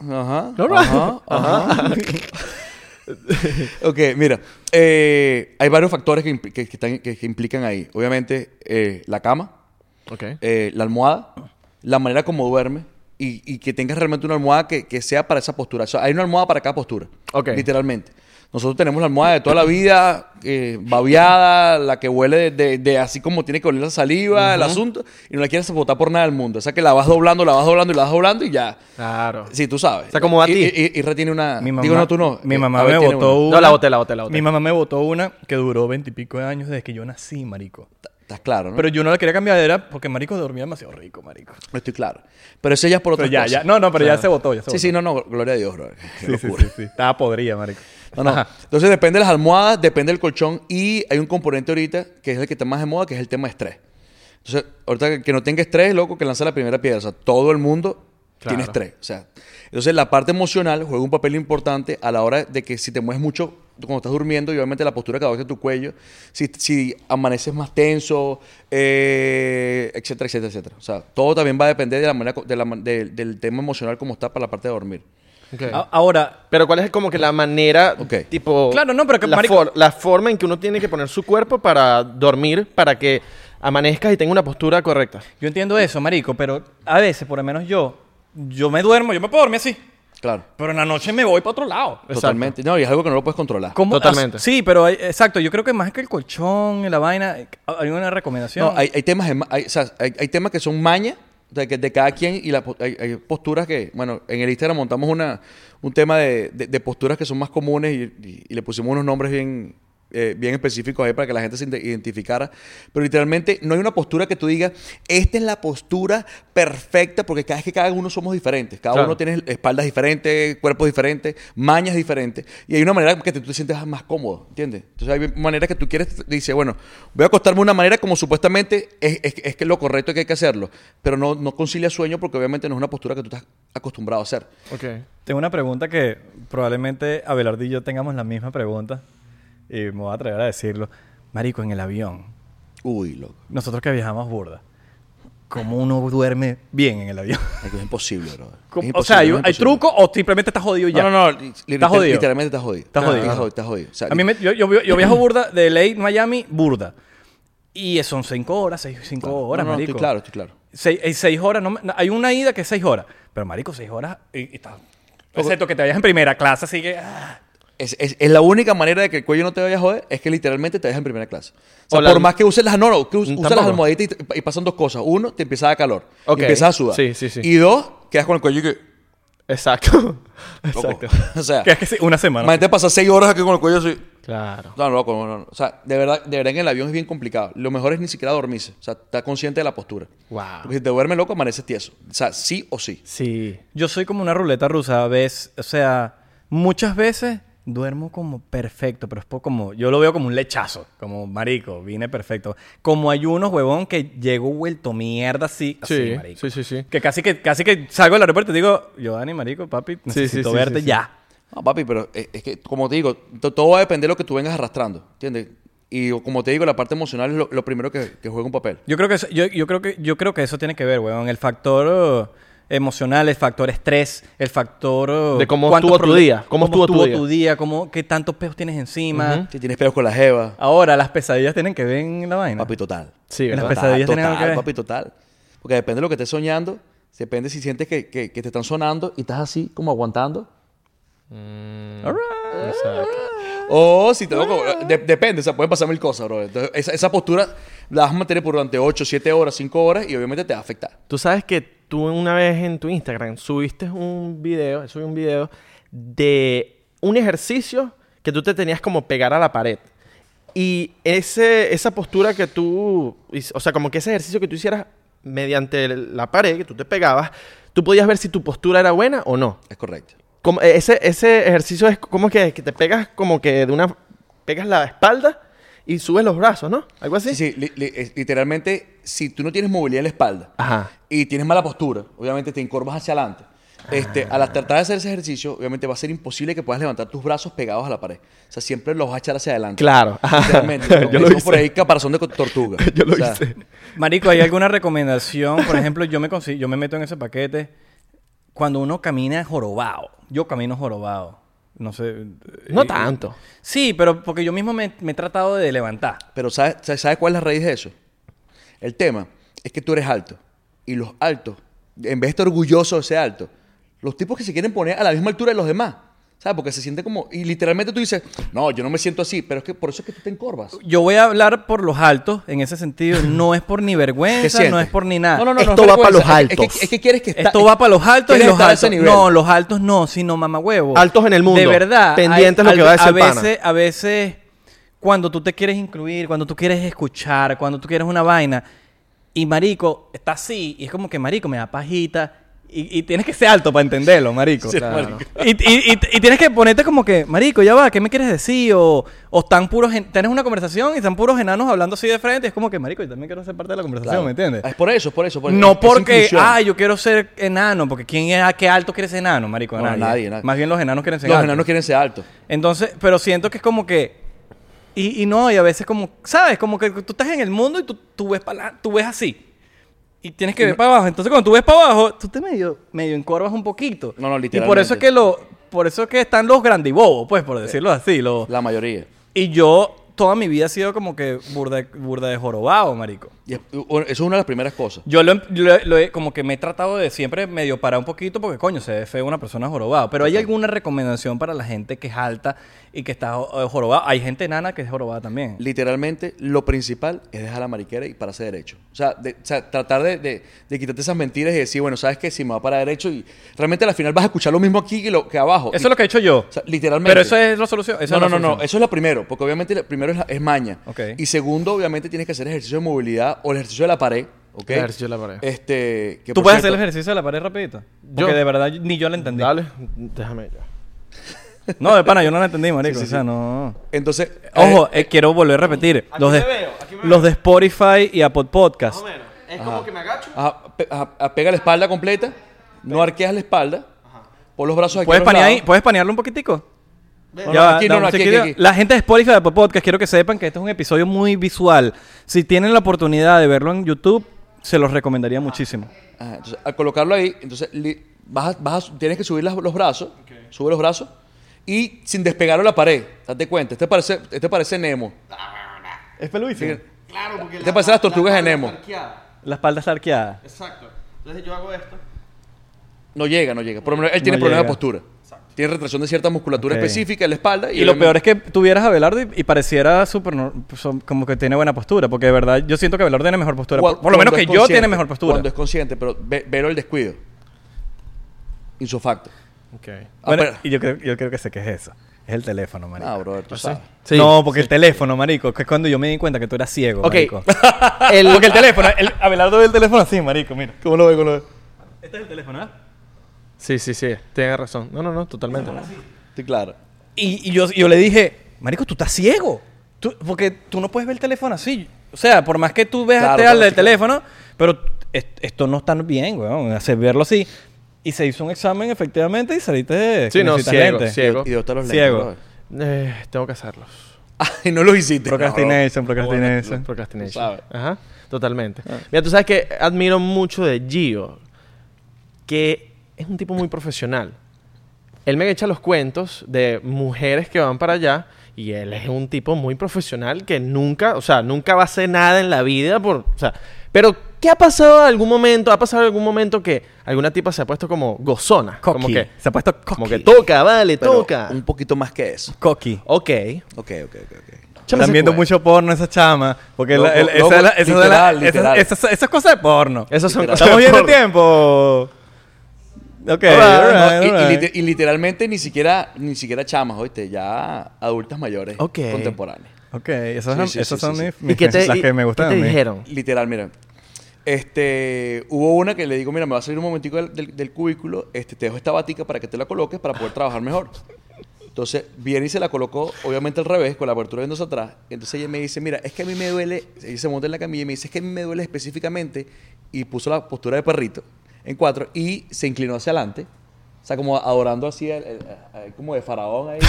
Speaker 3: Ajá.
Speaker 1: All right.
Speaker 3: Ajá. Ajá. ok, mira. eh, hay varios factores que, impli- que- que están- que- que implican ahí. Obviamente, eh, la cama,
Speaker 1: Ok.
Speaker 3: eh, la almohada, la manera como duerme y, y que tengas realmente una almohada que, que sea para esa postura. O sea, hay una almohada para cada postura.
Speaker 1: Ok.
Speaker 3: Literalmente. Nosotros tenemos la almohada de toda la vida, eh, babeada, la que huele de, de- de así como tiene que oler la saliva, el asunto, y no la quieres botar por nada del mundo. O sea, que la vas doblando, la vas doblando y la vas doblando y ya.
Speaker 1: Claro.
Speaker 3: Sí, tú sabes.
Speaker 1: O sea, como a
Speaker 3: Y-
Speaker 1: ti.
Speaker 3: Y, y- y retiene una. Digo, no, tú no.
Speaker 4: Mi
Speaker 3: Eh,
Speaker 4: mamá
Speaker 3: Abel
Speaker 4: me
Speaker 3: tiene
Speaker 4: botó
Speaker 3: una.
Speaker 4: una.
Speaker 1: No, la boté, la boté, la boté.
Speaker 4: Mi mamá me botó una que duró veintipico de años desde que yo nací, Marico.
Speaker 3: Estás claro, ¿no?
Speaker 4: Pero yo no la quería cambiar, era porque Marico dormía demasiado rico, Marico.
Speaker 3: No estoy claro. Pero eso ya es por otra
Speaker 4: Pero ya, ya. No, no, pero ya se votó, ya se
Speaker 3: Sí,
Speaker 4: votó.
Speaker 3: sí, no, no. Gloria a Dios, bro. Qué
Speaker 4: Sí, sí,
Speaker 3: locura.
Speaker 4: sí, sí. Estaba podrida, marico.
Speaker 3: No, no.
Speaker 4: Ajá.
Speaker 3: Entonces depende de las almohadas, depende del colchón y hay un componente ahorita que es el que está más de moda, que es el tema de estrés. Entonces, ahorita que- que no tenga estrés, loco, que lanza la primera piedra. O sea, todo el mundo
Speaker 1: Claro.
Speaker 3: tiene estrés. O sea, entonces la parte emocional juega un papel importante a la hora de que si te mueves mucho tú cuando estás durmiendo y obviamente la postura que adopta tu cuello, si, si amaneces más tenso, eh, etcétera, etcétera, etcétera. O sea, todo también va a depender de la manera, co- de la man- del- del tema emocional como está para la parte de dormir.
Speaker 1: Ok.
Speaker 4: A- Ahora,
Speaker 1: Pero cuál es como que la manera,
Speaker 3: Ok.
Speaker 1: tipo...
Speaker 4: Claro, no, pero que,
Speaker 1: la,
Speaker 4: marico-
Speaker 1: for- la forma en que uno tiene que poner su cuerpo para dormir, para que amanezcas y tenga una postura correcta.
Speaker 4: yo entiendo eso, marico, pero a veces, por lo menos yo, yo me duermo, yo me puedo dormir así,
Speaker 3: Claro.
Speaker 4: pero en la noche me voy para otro lado.
Speaker 3: Totalmente. No, y es algo que no lo puedes controlar.
Speaker 4: ¿Cómo-
Speaker 1: Totalmente.
Speaker 4: as- Sí, pero hay- exacto, yo creo que más que el colchón, la vaina, eh, hay una
Speaker 3: No,
Speaker 4: recomendación.
Speaker 3: hay, hay temas, de ma- hay, o sea, hay- hay temas que son maña de, que- de cada quien y la po- hay, hay posturas que, bueno, en el Instagram montamos una, un tema de, de- de posturas que son más comunes y, y- y le pusimos unos nombres bien, eh, bien específicos ahí para que la gente se inte- identificara. Pero literalmente no hay una postura que tú digas, esta es la postura perfecta porque cada es que cada uno somos diferentes, cada
Speaker 1: Claro.
Speaker 3: uno tiene espaldas diferentes, cuerpos diferentes, mañas diferentes y hay una manera que tú te sientes más cómodo, ¿entiendes? Entonces hay maneras que tú quieres, dice, bueno, voy a acostarme de una manera como supuestamente es, es, es que lo correcto que hay que hacerlo, pero no, no concilia sueño porque obviamente no es una postura que tú estás acostumbrado a hacer.
Speaker 1: Ok.
Speaker 4: Tengo una pregunta que probablemente Abelardo y yo tengamos la misma pregunta, y me voy a atrever a decirlo. Marico, en el avión,
Speaker 3: Uy, loco,
Speaker 4: nosotros que viajamos burda, ¿cómo uno duerme bien en el avión?
Speaker 3: es imposible, bro. Es
Speaker 4: ¿Cómo- o
Speaker 3: imposible,
Speaker 4: sea, hay,
Speaker 3: es
Speaker 4: hay
Speaker 3: imposible.
Speaker 4: truco o simplemente estás jodido ya.
Speaker 3: No, no, no, li- literal-
Speaker 4: jodido.
Speaker 3: literalmente estás jodido.
Speaker 4: Estás jodido.
Speaker 3: Estás jodido, estás jodido. O sea,
Speaker 4: A mí me- yo, yo- yo viajo burda de LA, Miami, burda. Y son cinco horas, seis, cinco
Speaker 3: claro.
Speaker 4: horas,
Speaker 3: No, no, no,
Speaker 4: marico.
Speaker 3: Estoy claro, estoy claro.
Speaker 4: Seis, eh, seis horas, no me- no, hay una ida que es seis horas. Pero, marico, seis horas y, y está- Excepto que te vayas en primera clase, así que... ah.
Speaker 3: Es, es- es la única manera de que el cuello no te vaya a joder, es que literalmente te dejes en primera clase. O sea,
Speaker 1: O la- Mm,
Speaker 3: por más que uses las... No, no, que us- usas
Speaker 1: Tampoco.
Speaker 3: las almohaditas y, te- y pasan dos cosas. Uno, te empieza a dar calor.
Speaker 1: Ok.
Speaker 3: y Empiezas a sudar.
Speaker 1: Sí, sí, sí.
Speaker 3: Y dos, quedas con el cuello y que...
Speaker 1: Exacto.
Speaker 3: loco.
Speaker 1: Exacto.
Speaker 3: o sea,
Speaker 4: Que es que sí, una semana.
Speaker 3: imagínate pasar seis horas aquí con el cuello así...
Speaker 1: Claro.
Speaker 3: No, no, loco, no, no, no. O sea, de verdad, de verdad en el avión es bien complicado. Lo mejor es ni siquiera dormirse. O sea, estar consciente de la postura.
Speaker 1: Wow.
Speaker 3: Porque si te duermes loco, amaneces tieso. O sea, sí o sí.
Speaker 1: Sí.
Speaker 4: Yo soy como una ruleta rusa, ves, o sea, muchas veces duermo como perfecto, pero es po- como, yo lo veo como un lechazo, como marico, vine perfecto. Como hay unos huevón que llego vuelto mierda así, así,
Speaker 1: Sí,
Speaker 4: marico.
Speaker 1: sí, sí, sí.
Speaker 4: Que casi que casi que salgo del aeropuerto y digo, Giovanni, marico, papi, necesito
Speaker 1: sí,
Speaker 4: verte
Speaker 1: sí, sí.
Speaker 4: ya.
Speaker 3: No, papi, pero es, es que, como te digo, to- todo va a depender de lo que tú vengas arrastrando. ¿Entiendes? Y como te digo, la parte emocional es lo, lo primero que, que juega un papel.
Speaker 4: Yo creo que eso, yo, yo creo que yo creo que eso tiene que ver, weón. El factor oh, emocional, el factor estrés, el factor oh,
Speaker 1: De cómo
Speaker 4: cuántos
Speaker 1: estuvo tu
Speaker 4: proble-
Speaker 1: día, cómo estuvo tu día.
Speaker 4: cómo qué tantos peos tienes encima.
Speaker 1: Ujú.
Speaker 3: Si tienes pedos con la jeva,
Speaker 4: Ahora las pesadillas tienen que ver en la vaina.
Speaker 3: papi, total.
Speaker 1: Sí,
Speaker 4: En las
Speaker 1: ¿verdad?
Speaker 4: pesa- pesadillas tienen
Speaker 3: total,
Speaker 4: algo que ver.
Speaker 3: papi, total. Porque depende de lo que estés soñando, depende si sientes que, que- que te están sonando y estás así, como aguantando.
Speaker 4: All right.
Speaker 1: Exacto.
Speaker 3: O si te loco, de- depende, o sea, pueden pasar mil cosas, bro. Entonces, esa, esa postura la vas a mantener por durante 8, 7 horas, 5 horas y obviamente te va a afectar.
Speaker 1: Tú sabes que tú una vez en tu Instagram subiste un video, subí un video de un ejercicio que tú te tenías como pegar a la pared. Y ese, esa postura que tú, hic- o sea, como que ese ejercicio que tú hicieras mediante el- la pared, que tú te pegabas, tú podías ver si tu postura era buena o no.
Speaker 3: Es correcto.
Speaker 1: Como- eh, ese, ese ejercicio es como que, que te pegas como que de una, pegas la espalda y subes los brazos, ¿no? Algo así.
Speaker 3: Sí, sí, li- li- es- literalmente, si tú no tienes movilidad en la espalda
Speaker 1: Ajá.
Speaker 3: y tienes mala postura, obviamente te encorvas hacia adelante. Este,
Speaker 1: Ah.
Speaker 3: al tratar de hacer ese ejercicio, obviamente va a ser imposible que puedas levantar tus brazos pegados a la pared. O sea, siempre los vas a echar hacia adelante.
Speaker 1: Claro.
Speaker 3: Literalmente.
Speaker 1: Yo
Speaker 3: Yo
Speaker 1: lo
Speaker 3: por
Speaker 1: hice.
Speaker 3: ahí caparazón de co- tortuga.
Speaker 1: Yo lo
Speaker 3: O sea,
Speaker 1: hice.
Speaker 4: Marico, ¿hay alguna recomendación? Por ejemplo, yo me consi- yo me meto en ese paquete cuando uno camina jorobado. Yo camino jorobado. No sé.
Speaker 1: No
Speaker 4: y-
Speaker 1: tanto.
Speaker 4: Sí, pero porque yo mismo me, me he tratado de levantar.
Speaker 3: Pero ¿sabes, sabes- sabes cuál es la raíz de eso? El tema es que tú eres alto. Y los altos, en vez de estar orgulloso de ser alto, los tipos que se quieren poner a la misma altura de los demás. ¿Sabes? Porque se siente como... Y literalmente tú dices, no, yo no me siento así. Pero es que por eso es que tú te encorvas.
Speaker 4: Yo voy a hablar por los altos en ese sentido. No es por ni vergüenza, no
Speaker 3: sientes?
Speaker 4: es por ni nada.
Speaker 1: no, Esto
Speaker 3: es
Speaker 1: va para los
Speaker 3: vergüenza. Es que- Es
Speaker 1: altos.
Speaker 3: que, es que quieres que está-
Speaker 4: Esto va para los altos y
Speaker 3: quieres
Speaker 4: los
Speaker 3: estar a ese
Speaker 4: altos.
Speaker 3: nivel.
Speaker 4: No, los altos no, sino mamahuevo.
Speaker 1: Altos en el mundo.
Speaker 4: De verdad.
Speaker 1: Pendientes lo que va a decir el pana.
Speaker 4: veces, a veces, cuando tú te quieres incluir, cuando tú quieres escuchar, cuando tú quieres una vaina, y marico está así, y es como que marico me da pajita. Y, y tienes que ser alto para entenderlo, marico.
Speaker 1: Claro.
Speaker 4: Y, y- y- y tienes que ponerte como que, marico, ya va, ¿qué me quieres decir? O, o están puros, en- tienes una conversación y están puros enanos hablando así de frente. Y es como que, marico, yo también quiero ser parte de la conversación,
Speaker 3: Claro.
Speaker 4: ¿me entiendes?
Speaker 3: Ah, Es por eso, es por eso. por- es-
Speaker 4: No
Speaker 3: es
Speaker 4: porque,
Speaker 3: inclusión.
Speaker 4: ah, yo quiero ser enano, porque ¿quién es, a qué alto quiere ser enano, marico?
Speaker 3: No, nadie, nadie.
Speaker 4: Más bien los enanos quieren ser
Speaker 3: Los
Speaker 4: altos.
Speaker 3: enanos quieren ser altos.
Speaker 4: Entonces, pero siento que es como que, y, y no, y a veces como, ¿sabes? Como que tú estás en el mundo y tú, tú ves para tú ves así. Y tienes que ver para abajo. Entonces, cuando tú ves para abajo, tú te medio, medio encorvas un poquito.
Speaker 3: No, no,
Speaker 4: Y por
Speaker 3: literalmente.
Speaker 4: eso es que lo, por eso es que están los grandibobos, pues, por decirlo así. Los,
Speaker 3: La mayoría.
Speaker 4: y yo toda mi vida he sido como que burda, burda de jorobado, marico.
Speaker 3: Y es- bueno, eso es una de las primeras cosas.
Speaker 4: Yo lo, lo- lo he- como que me he tratado de siempre medio parar un poquito porque coño, se ve feo una persona jorobada. Pero ¿hay alguna recomendación para la gente que es alta y que está eh, jorobada? Hay gente nana que es jorobada también.
Speaker 3: Literalmente, lo principal es dejar la mariquera y pararse derecho. O sea, de- o sea, tratar de, de- de quitarte esas mentiras y decir, bueno, ¿sabes qué? Si me va para derecho y realmente al final vas a escuchar lo mismo aquí que, lo, que abajo.
Speaker 4: Eso es lo que he hecho yo.
Speaker 3: O sea, literalmente.
Speaker 4: Pero eso es la solución. esa
Speaker 3: No, no,
Speaker 4: es la
Speaker 3: no, no,
Speaker 4: solución.
Speaker 3: eso es lo primero, porque obviamente lo primero es, la- es maña.
Speaker 4: Ok.
Speaker 3: Y segundo, obviamente tienes que hacer ejercicio de movilidad o el ejercicio de la pared. ¿ok?
Speaker 1: El ejercicio de la pared.
Speaker 3: Este, que
Speaker 4: ¿Tú
Speaker 3: por
Speaker 4: puedes hacer
Speaker 3: cierto-
Speaker 4: el ejercicio de la pared rapidito?
Speaker 1: Yo-
Speaker 4: Porque de verdad yo- ni yo lo entendí.
Speaker 1: Dale, déjame yo.
Speaker 4: No, de pana, yo no lo entendí, marico.
Speaker 3: Sí, sí,
Speaker 4: O sea,
Speaker 3: sí.
Speaker 4: no...
Speaker 3: Entonces,
Speaker 4: Ojo,
Speaker 3: eh,
Speaker 4: eh, quiero volver a repetir.
Speaker 1: Aquí
Speaker 4: Los de,
Speaker 1: me veo, aquí me veo.
Speaker 4: los de Spotify y Apple Podcast.
Speaker 1: Es como que me agacho.
Speaker 3: ajá, pe- ajá, ajá, pega la espalda completa, no arqueas la espalda, pon los brazos aquí.
Speaker 4: ¿Puedes
Speaker 3: a los
Speaker 4: panear
Speaker 3: lados.
Speaker 4: ahí? ¿Puedes panearlo un poquitico?
Speaker 3: No,
Speaker 4: Ya
Speaker 3: no,
Speaker 4: va,
Speaker 3: aquí, no,
Speaker 4: dame
Speaker 3: no,
Speaker 4: un
Speaker 3: aquí,
Speaker 4: segundo.
Speaker 3: aquí, aquí.
Speaker 4: La gente de Spotify de Apple Podcast, quiero que sepan que este es un episodio muy visual. Si tienen la oportunidad de verlo en YouTube, se los recomendaría muchísimo.
Speaker 3: Ajá, entonces, al colocarlo ahí, entonces li- vas a- vas a- tienes que subir las- los brazos, sube los brazos y sin despegarlo de la pared. Date cuenta, este parece, este parece Nemo.
Speaker 4: Es peluísimo.
Speaker 2: Claro, porque
Speaker 3: Te parecen las tortugas de
Speaker 2: espalda
Speaker 3: Nemo.
Speaker 2: está arqueada.
Speaker 4: La espalda está arqueada.
Speaker 2: Exacto. Entonces yo hago esto.
Speaker 3: No llega, no llega. Por lo menos él
Speaker 4: No
Speaker 3: tiene problemas de
Speaker 4: llega.
Speaker 3: postura. tiene retracción de cierta musculatura
Speaker 4: Ok.
Speaker 3: específica en la espalda.
Speaker 4: Y, lo peor es que tuvieras a Velardo y, y pareciera súper nor- so- como que tiene buena postura, porque de verdad yo siento que Velardo tiene mejor postura. por, por lo menos que yo tiene mejor postura.
Speaker 3: Cuando es consciente, pero ve- vero el descuido. Insofacto.
Speaker 1: Ok.
Speaker 4: Bueno,
Speaker 3: Ah, pero-
Speaker 4: y yo creo, yo creo que sé qué es eso. Es el teléfono, marico.
Speaker 3: Ah, brother, tú sabes.
Speaker 1: Sí.
Speaker 4: no, porque el teléfono, marico, que es cuando yo me di cuenta que tú eras ciego,
Speaker 1: Ok.
Speaker 4: marico.
Speaker 1: El-
Speaker 4: Porque el teléfono, el, Abelardo ve el teléfono así, marico, mira.
Speaker 3: ¿Cómo lo ve? ¿Cómo lo ve?
Speaker 4: Este es el
Speaker 1: ¿eh?
Speaker 4: teléfono, ¿ah?
Speaker 1: Sí, sí, sí. Tienes razón. No, no, no, totalmente.
Speaker 3: Estoy claro.
Speaker 4: Y, y yo, yo le dije, marico, tú estás ciego. Tú- porque tú no puedes ver el teléfono así. O sea, por más que tú veas
Speaker 3: Claro,
Speaker 4: este
Speaker 3: claro,
Speaker 4: al del
Speaker 3: sí, claro.
Speaker 4: teléfono, pero est- esto no está bien, weón. Hacer verlo así. Y se hizo un examen efectivamente y saliste
Speaker 1: Sí,
Speaker 4: con
Speaker 1: no,
Speaker 4: visitas
Speaker 1: ciego,
Speaker 4: lentes.
Speaker 1: ciego. Ciego.
Speaker 3: Y de está los
Speaker 4: Ciego.
Speaker 3: lentes, brother.
Speaker 1: Eh, tengo que hacerlos.
Speaker 3: Ay, no lo hiciste.
Speaker 4: Procrastination, procrastination.
Speaker 3: Tú
Speaker 1: Procrastination.
Speaker 3: sabes. Ah.
Speaker 1: Ajá. Totalmente. Mira, tú sabes que admiro mucho de Gio, que es un tipo muy profesional. Él me echa los cuentos de mujeres que van para allá y él es un tipo muy profesional que nunca, o sea, nunca va a hacer nada en la vida por, o sea, pero ¿qué ha pasado en algún momento? ¿Ha pasado en algún momento que alguna tipa se ha puesto como gozona? Como
Speaker 4: Cocky.
Speaker 1: que,
Speaker 4: Se ha puesto cocky.
Speaker 1: como que toca, vale,
Speaker 3: Pero
Speaker 1: toca.
Speaker 3: Un poquito más que eso.
Speaker 4: Cocky.
Speaker 1: Ok.
Speaker 3: Ok, ok, ok. ok.
Speaker 1: Échame
Speaker 4: Están
Speaker 1: ese
Speaker 4: viendo
Speaker 1: cuento.
Speaker 4: mucho porno esa chama. Porque
Speaker 3: Loco,
Speaker 4: la- el-
Speaker 3: loco,
Speaker 4: esa es la- esa es la-
Speaker 3: literal,
Speaker 4: esa-
Speaker 3: literal.
Speaker 4: esa- esa- Esas cosas de porno.
Speaker 1: Esas son
Speaker 4: Estamos
Speaker 1: cosas
Speaker 4: viendo el
Speaker 1: por-
Speaker 4: tiempo. Ok.
Speaker 1: Alright,
Speaker 3: No,
Speaker 4: alright,
Speaker 3: y- y,
Speaker 4: alright.
Speaker 3: liter- y literalmente ni siquiera, ni siquiera chamas, oíste, ya adultas mayores
Speaker 1: Ok.
Speaker 3: contemporáneas.
Speaker 4: Ok, esas,
Speaker 3: Sí,
Speaker 4: son-
Speaker 3: sí,
Speaker 4: esas
Speaker 3: sí,
Speaker 4: son
Speaker 3: sí,
Speaker 4: mis,
Speaker 1: ¿Y
Speaker 4: mis-
Speaker 1: qué te,
Speaker 4: las
Speaker 1: y-
Speaker 4: que me gustan
Speaker 1: ¿qué
Speaker 4: a
Speaker 1: te
Speaker 4: mí.
Speaker 1: dijeron?
Speaker 3: Literal, mira. Este, hubo una que le digo, mira, me va a salir un momentico del, del- del cubículo, este, te dejo esta batica para que te la coloques para poder trabajar mejor. Entonces, viene y se la colocó, obviamente al revés, con la apertura viéndose atrás. Entonces ella me dice, mira, es que a mí me duele, ella se monta en la camilla y me dice, es que a mí me duele específicamente, y puso la postura de perrito en cuatro, y se inclinó hacia adelante, o sea, como adorando así, el- el- el- como de faraón ahí.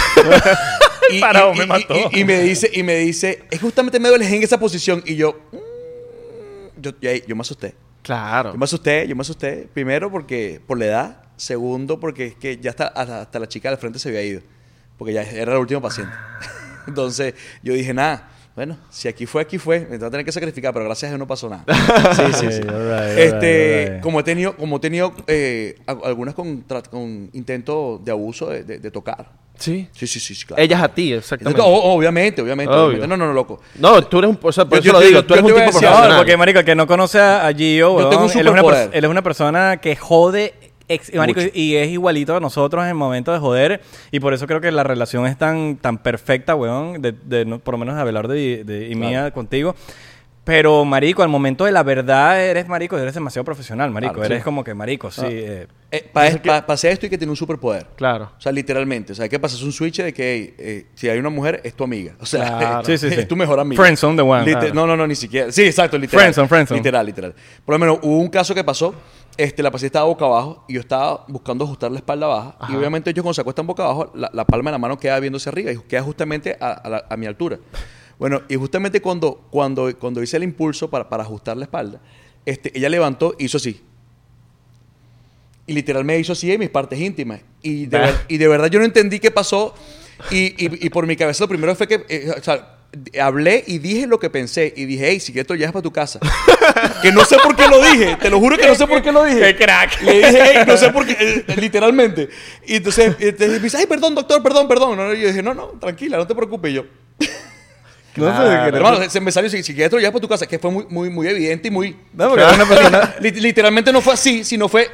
Speaker 3: y,
Speaker 4: Faraón me
Speaker 3: y-
Speaker 4: mató.
Speaker 3: y- y me dice, y me dice, es justamente me duele en esa posición, y yo, mm, yo, yo, yo me asusté.
Speaker 1: Claro.
Speaker 3: Yo me asusté, yo me asusté. Primero porque por la edad. Segundo porque es que ya hasta, hasta, hasta la chica del frente se había ido. Porque ya era el último paciente. Entonces yo dije, nada, bueno, si aquí fue, aquí fue. Me voy a tener que sacrificar, pero gracias a Dios no pasó nada. Sí, sí, sí.
Speaker 4: Ok, alright,
Speaker 3: este,
Speaker 4: alright, alright.
Speaker 3: Como he tenido, como he tenido eh, a- algunas con, tra- con intento de abuso de, de- de tocar.
Speaker 1: Sí.
Speaker 3: Sí, sí, sí, sí, claro.
Speaker 1: Ellas a ti,
Speaker 3: Intento-
Speaker 1: exactamente.
Speaker 3: o- obviamente, obviamente,
Speaker 1: Obvio.
Speaker 3: obviamente. No, no, no, loco.
Speaker 1: No, tú eres un... O sea, por eso
Speaker 3: Yo- yo
Speaker 1: lo
Speaker 3: te-
Speaker 1: digo.
Speaker 3: yo-
Speaker 1: tú
Speaker 3: yo
Speaker 1: eres
Speaker 3: te
Speaker 1: un
Speaker 3: voy a
Speaker 1: tipo
Speaker 3: decir
Speaker 1: profesional.
Speaker 4: No, porque, marico, el que no conoce a a Gio,
Speaker 3: Yo
Speaker 4: weón,
Speaker 3: tengo un
Speaker 4: él, es una
Speaker 3: superpoder.
Speaker 4: pers- él es una persona que jode ex- y, marico,
Speaker 3: Mucho.
Speaker 4: y es igualito a nosotros en el momento de joder. Y por eso creo que la relación es tan, tan perfecta, weón, de, de no- por lo menos de Abelardo y, de- y mía contigo. Pero, marico, al momento de la verdad eres, marico, eres demasiado profesional, marico.
Speaker 3: Claro,
Speaker 4: eres
Speaker 3: sí.
Speaker 4: como que, marico, sí. eh,
Speaker 3: para pasé esto y que tiene un superpoder.
Speaker 1: Claro.
Speaker 3: O sea, literalmente. O sea, hay que pasar un switch de que hey, eh, si hay una mujer, es tu amiga. O sea,
Speaker 1: Claro.
Speaker 4: Sí, sí, sí.
Speaker 3: es tu mejor amiga.
Speaker 4: Friends on the one.
Speaker 3: Liter-
Speaker 4: Claro.
Speaker 3: No, no, no, ni siquiera. Sí, exacto, literal.
Speaker 4: Friends on, friends on.
Speaker 3: Literal, literal. Por lo menos hubo un caso que pasó. Este, la paciente estaba boca abajo y yo estaba buscando ajustar la espalda baja. Y obviamente ellos cuando se acuestan boca abajo, la, la palma de la mano queda viéndose arriba y queda justamente a, a la- a mi altura. Bueno, y justamente cuando, cuando, cuando hice el impulso para, para ajustar la espalda, este, ella levantó y hizo así. Y literal me hizo así en mis partes íntimas. Y de,
Speaker 1: Bah.
Speaker 3: ver- y de verdad yo no entendí qué pasó. Y, y- y por mi cabeza lo primero fue que... eh, o sea, d- hablé y dije lo que pensé. Y dije, hey, si esto ya es para tu casa. que no sé por qué lo dije. Te lo juro que no sé por qué lo dije.
Speaker 4: ¡Qué crack!
Speaker 3: Le dije, hey, no sé por qué. eh, literalmente. Y entonces, entonces me dice, ay, perdón, doctor, perdón, perdón. No, no, yo dije, no, no, tranquila, no te preocupes. Y yo...
Speaker 4: no sé,
Speaker 1: Claro.
Speaker 4: que te-
Speaker 3: Hermano, se- se me salió, si, si esto ya es para tu casa, que fue muy, muy, muy evidente y muy...
Speaker 4: No, porque eres una persona-
Speaker 3: Lit- Literalmente no fue así, sino fue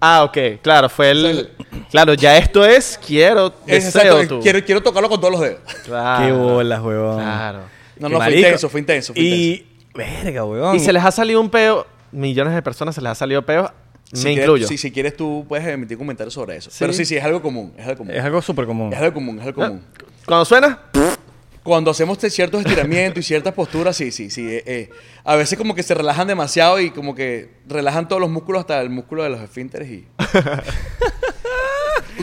Speaker 1: Ah, ok. Claro, fue el... Claro, ya esto es... Quiero,
Speaker 3: Es
Speaker 1: deseo
Speaker 3: exacto,
Speaker 1: tú.
Speaker 3: Quiero, quiero tocarlo con todos los dedos.
Speaker 1: Claro.
Speaker 4: Qué bolas, huevón.
Speaker 1: Ah. Claro.
Speaker 3: No,
Speaker 4: Qué
Speaker 3: no, fue
Speaker 4: marico.
Speaker 3: intenso, fue intenso, fue
Speaker 4: y, verga, huevón.
Speaker 1: Y se les ha salido un peo... Millones de personas se les ha salido peo.
Speaker 3: Si
Speaker 1: me
Speaker 3: quieres-
Speaker 1: incluyo.
Speaker 3: Si, si quieres tú puedes emitir comentarios sobre eso. Pero sí, sí, es algo común, es algo común.
Speaker 4: Es algo súper común.
Speaker 3: Es algo común, es algo común.
Speaker 1: Cuando suena...
Speaker 3: Cuando hacemos te- ciertos estiramientos y ciertas posturas, sí, sí, sí. eh, eh, A veces como que se relajan demasiado y como que relajan todos los músculos hasta el músculo de los esfínteres y...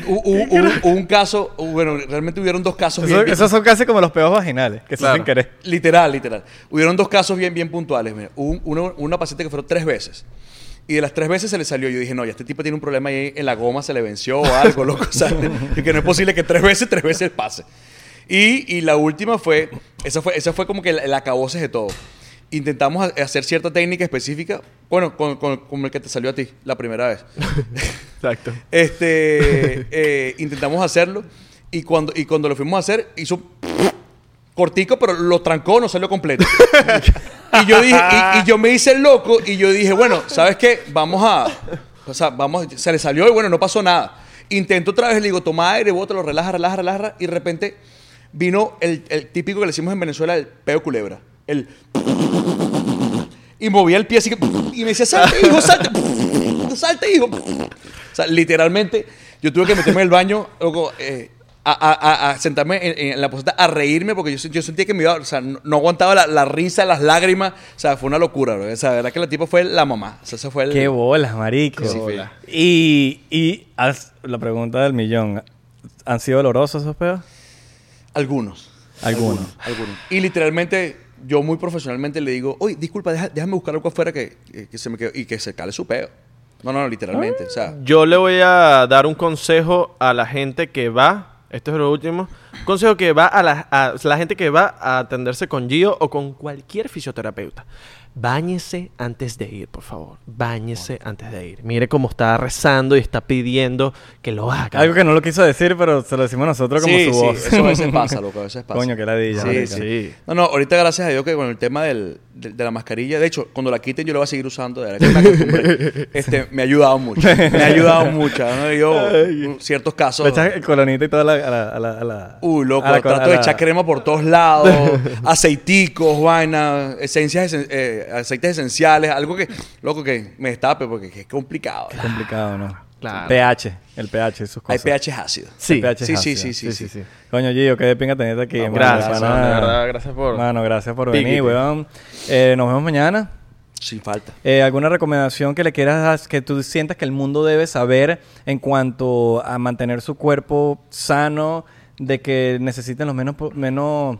Speaker 3: Hubo un caso, hu- bueno, realmente hubieron dos casos
Speaker 4: Eso-
Speaker 3: bien- bien-
Speaker 4: esos son casi como los peos vaginales, que
Speaker 1: Claro.
Speaker 4: son sin querer.
Speaker 3: Literal, literal. Hubieron dos casos bien, bien puntuales. mira. Hubo un- una, una paciente que fueron tres veces. Y de las tres veces se le salió. Yo dije, no, ya este tipo tiene un problema ahí en la goma, se le venció o algo, loco. o sea, que no es posible que tres veces, tres veces pase. Y, y la última fue, esa fue, esa fue como que el, el acabose de todo. intentamos ha- hacer cierta técnica específica, bueno, con, con- como el que te salió a ti la primera vez.
Speaker 1: Exacto.
Speaker 3: Este, eh, intentamos hacerlo y cuando, y cuando lo fuimos a hacer, hizo cortico, pero lo trancó, no salió completo. y, yo dije, y, y yo me hice el loco y yo dije, bueno, ¿sabes qué? Vamos a... O sea, vamos, se le salió y bueno, no pasó nada. Intento otra vez, le digo, toma aire, bótalo, relaja, relaja, relaja. Y de repente vino el, el típico que le hicimos en Venezuela, el peo culebra. El... Y movía el pie así que... Y me decía, salte, hijo, salte. Salte, hijo. O sea, literalmente, yo tuve que meterme en el baño, loco, eh, a, a- a- a sentarme en, en la poseta a reírme porque yo, se- yo sentía que me iba... O sea, no, no aguantaba la, la risa, las lágrimas. O sea, fue una locura, bro. O sea, la verdad que la tipa fue la mamá. O sea, ese fue el...
Speaker 4: Qué bolas, marico.
Speaker 3: Sí, sí, bola.
Speaker 4: Y, y haz la pregunta del millón. ¿Han sido dolorosos esos peos?
Speaker 3: Algunos.
Speaker 4: Algunos.
Speaker 3: Algunos. Y literalmente, yo muy profesionalmente le digo, oye, disculpa, deja- déjame buscar algo afuera que, que- que se me quedó... Y que se cale su peo. No, no, no, literalmente. O sea...
Speaker 1: Yo le voy a dar un consejo a la gente que va, esto es lo último, consejo que va a la, a la gente que va a atenderse con Gio o con cualquier fisioterapeuta. Báñese antes de ir, por favor. Báñese antes de ir. Mire cómo está rezando y está pidiendo que lo haga.
Speaker 4: Algo que no lo quiso decir, pero se lo decimos nosotros como
Speaker 3: Sí,
Speaker 4: su
Speaker 3: sí,
Speaker 4: voz.
Speaker 3: eso a veces pasa, loco, a veces pasa.
Speaker 4: Coño, qué ladilla,
Speaker 3: Sí,
Speaker 4: marico.
Speaker 1: sí.
Speaker 3: No, no, ahorita gracias a Dios que con el tema del, de, de la mascarilla, de hecho, cuando la quiten yo la voy a seguir usando, de verdad que es una costumbre. Este, me ha ayudado mucho, me ha ayudado mucho. ¿no? Yo, uh, ciertos casos...
Speaker 4: Le echas el colonita y toda la... a la- a la- a la-
Speaker 3: Uy, Uh, loco,
Speaker 4: a la-
Speaker 3: trato
Speaker 4: a
Speaker 3: de
Speaker 4: la-
Speaker 3: echar crema por todos lados, aceiticos, vaina, esencias, esen- eh, aceites esenciales, algo que, loco, que me destape porque es complicado.
Speaker 4: Es complicado, ¿no?
Speaker 1: Claro.
Speaker 4: pH, el pH, esos
Speaker 3: Hay
Speaker 4: cosas.
Speaker 3: pH ácidos.
Speaker 1: Sí.
Speaker 4: El pH
Speaker 3: Sí,
Speaker 4: es
Speaker 3: sí,
Speaker 4: ácido.
Speaker 3: sí, sí, sí.
Speaker 4: Coño, Gio, qué de pinga tenerte aquí. mano,
Speaker 1: gracias,
Speaker 4: pana.
Speaker 1: mano, de verdad, gracias por-
Speaker 4: Mano, gracias por
Speaker 1: Piquete.
Speaker 4: venir, weón. Eh, nos vemos mañana.
Speaker 3: Sin falta.
Speaker 4: Eh, ¿Alguna recomendación que le quieras dar, que tú sientas que el mundo debe saber en cuanto a mantener su cuerpo sano, de que necesiten los menos, po- menos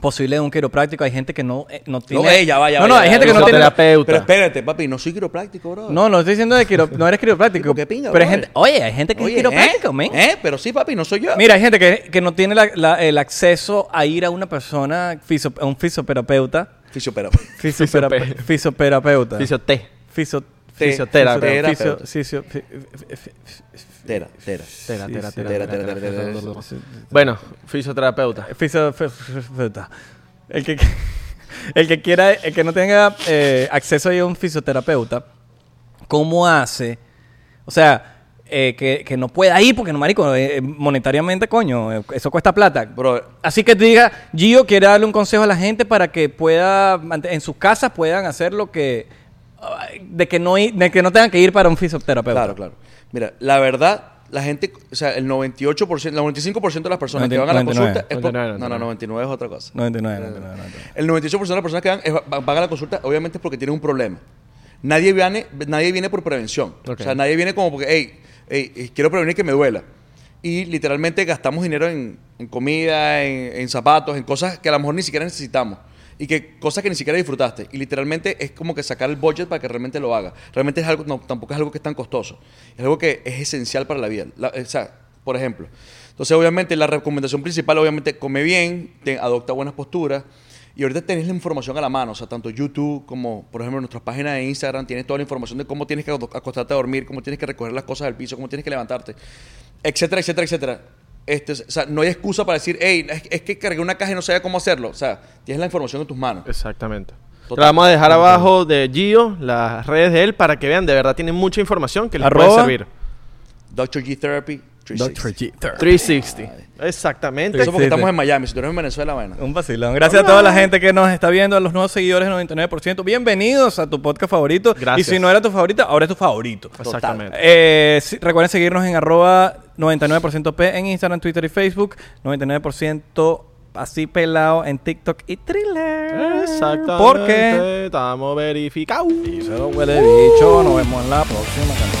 Speaker 4: posible de un quiropráctico? Hay gente que no, eh, no tiene...
Speaker 3: No, eh, ya va, ya
Speaker 4: No,
Speaker 3: va,
Speaker 4: no,
Speaker 3: ya
Speaker 4: hay
Speaker 3: va,
Speaker 4: gente
Speaker 3: ya
Speaker 4: que no
Speaker 3: va.
Speaker 4: tiene...
Speaker 1: Terapeuta.
Speaker 3: Pero espérate, papi, no soy quiropráctico, bro.
Speaker 4: No, no estoy diciendo de quiro... no eres quiropráctico.
Speaker 3: Qué pinga,
Speaker 4: pero hay
Speaker 3: brother.
Speaker 4: gente... Oye, hay gente que
Speaker 3: Oye,
Speaker 4: es quiropráctico,
Speaker 3: ¿eh?
Speaker 4: men.
Speaker 3: ¿Eh? Pero sí, papi, no soy yo.
Speaker 4: Mira, hay gente que, que no tiene la- la- el acceso a ir a una persona, fisio- a un fisioterapeuta.
Speaker 3: Fisiopera.
Speaker 4: Fisiopera- Fisioterapeuta.
Speaker 1: Fisioté.
Speaker 4: Fisio-
Speaker 3: Te-
Speaker 4: fisioterapeuta.
Speaker 3: terapeuta.
Speaker 4: Fisio- fisio- fi- fi- fi- fi-
Speaker 3: Tera,
Speaker 1: Tera,
Speaker 3: tera.
Speaker 4: Sí,
Speaker 1: tera,
Speaker 4: sí.
Speaker 1: tera,
Speaker 3: Tera,
Speaker 1: tera,
Speaker 3: tera,
Speaker 1: tera,
Speaker 3: tera,
Speaker 1: tera,
Speaker 3: tera.
Speaker 1: tera. Bueno, fisioterapeuta.
Speaker 4: fisio- fi- fi- fisioterapeuta. El que, el que quiera, el que no tenga eh, acceso a ir a un fisioterapeuta, ¿cómo hace? O sea, eh, que, que no pueda ir porque no, marico, eh, monetariamente, coño, eh, eso cuesta plata.
Speaker 3: Bro,
Speaker 4: Así que diga, Gio quiere darle un consejo a la gente para que pueda, mant- en sus casas puedan hacer lo que, ay, de que no, i- de que no tengan que ir para un fisioterapeuta.
Speaker 3: claro, claro. Mira, la verdad, la gente, o sea, el 98%, el 95% de las personas que van a la
Speaker 4: 99.
Speaker 3: consulta es por-
Speaker 1: 99,
Speaker 3: No, no, 99 es otra cosa.
Speaker 4: 99, 99, 99.
Speaker 3: El 98% de las personas que van, es- van- van a la consulta, obviamente, es porque tienen un problema. Nadie viene, nadie viene por prevención.
Speaker 1: Ok.
Speaker 3: O sea, nadie viene como porque, hey, quiero prevenir que me duela. Y literalmente gastamos dinero en, en comida, en, en zapatos, en cosas que a lo mejor ni siquiera necesitamos. Y que cosas que ni siquiera disfrutaste. Y literalmente es como que sacar el budget para que realmente lo haga. Realmente es algo, no, tampoco es algo que es tan costoso. Es algo que es esencial para la vida. La- o sea, por ejemplo. Entonces, obviamente, la recomendación principal, obviamente, come bien, te- adopta buenas posturas. Y ahorita tenés la información a la mano, o sea, tanto YouTube como, por ejemplo, nuestra página de Instagram, tienes toda la información de cómo tienes que ado- acostarte a dormir, cómo tienes que recoger las cosas del piso, cómo tienes que levantarte, etcétera, etcétera, etcétera. Este, o sea, no hay excusa para decir, hey, es, es que cargué una caja y no sabía cómo hacerlo. O sea, tienes la información en tus manos.
Speaker 1: Exactamente.
Speaker 3: Total.
Speaker 1: La vamos a dejar abajo de Gio, las redes de él, para que vean, de verdad tienen mucha información que les
Speaker 4: Arroba.
Speaker 1: puede servir.
Speaker 3: Dr. G Therapy 360.
Speaker 4: Dr. G. Ther-
Speaker 1: 360. Exactamente.
Speaker 3: Eso porque
Speaker 4: Sí, sí.
Speaker 3: estamos en Miami, si tú eres en Venezuela, bueno.
Speaker 4: Un vacilón. Gracias a toda la gente que nos está viendo, a los nuevos seguidores del 99%. Bienvenidos a tu podcast favorito.
Speaker 1: Gracias.
Speaker 4: Y si no era tu favorito, ahora es tu favorito.
Speaker 1: Exactamente.
Speaker 4: Eh, sí, recuerden seguirnos en arroba 99% P en Instagram, Twitter y Facebook. 99% así pelado en TikTok y Thriller.
Speaker 1: Exactamente.
Speaker 4: Porque...
Speaker 1: Estamos verificados.
Speaker 4: Y se lo huele bicho. Nos vemos en la próxima canción.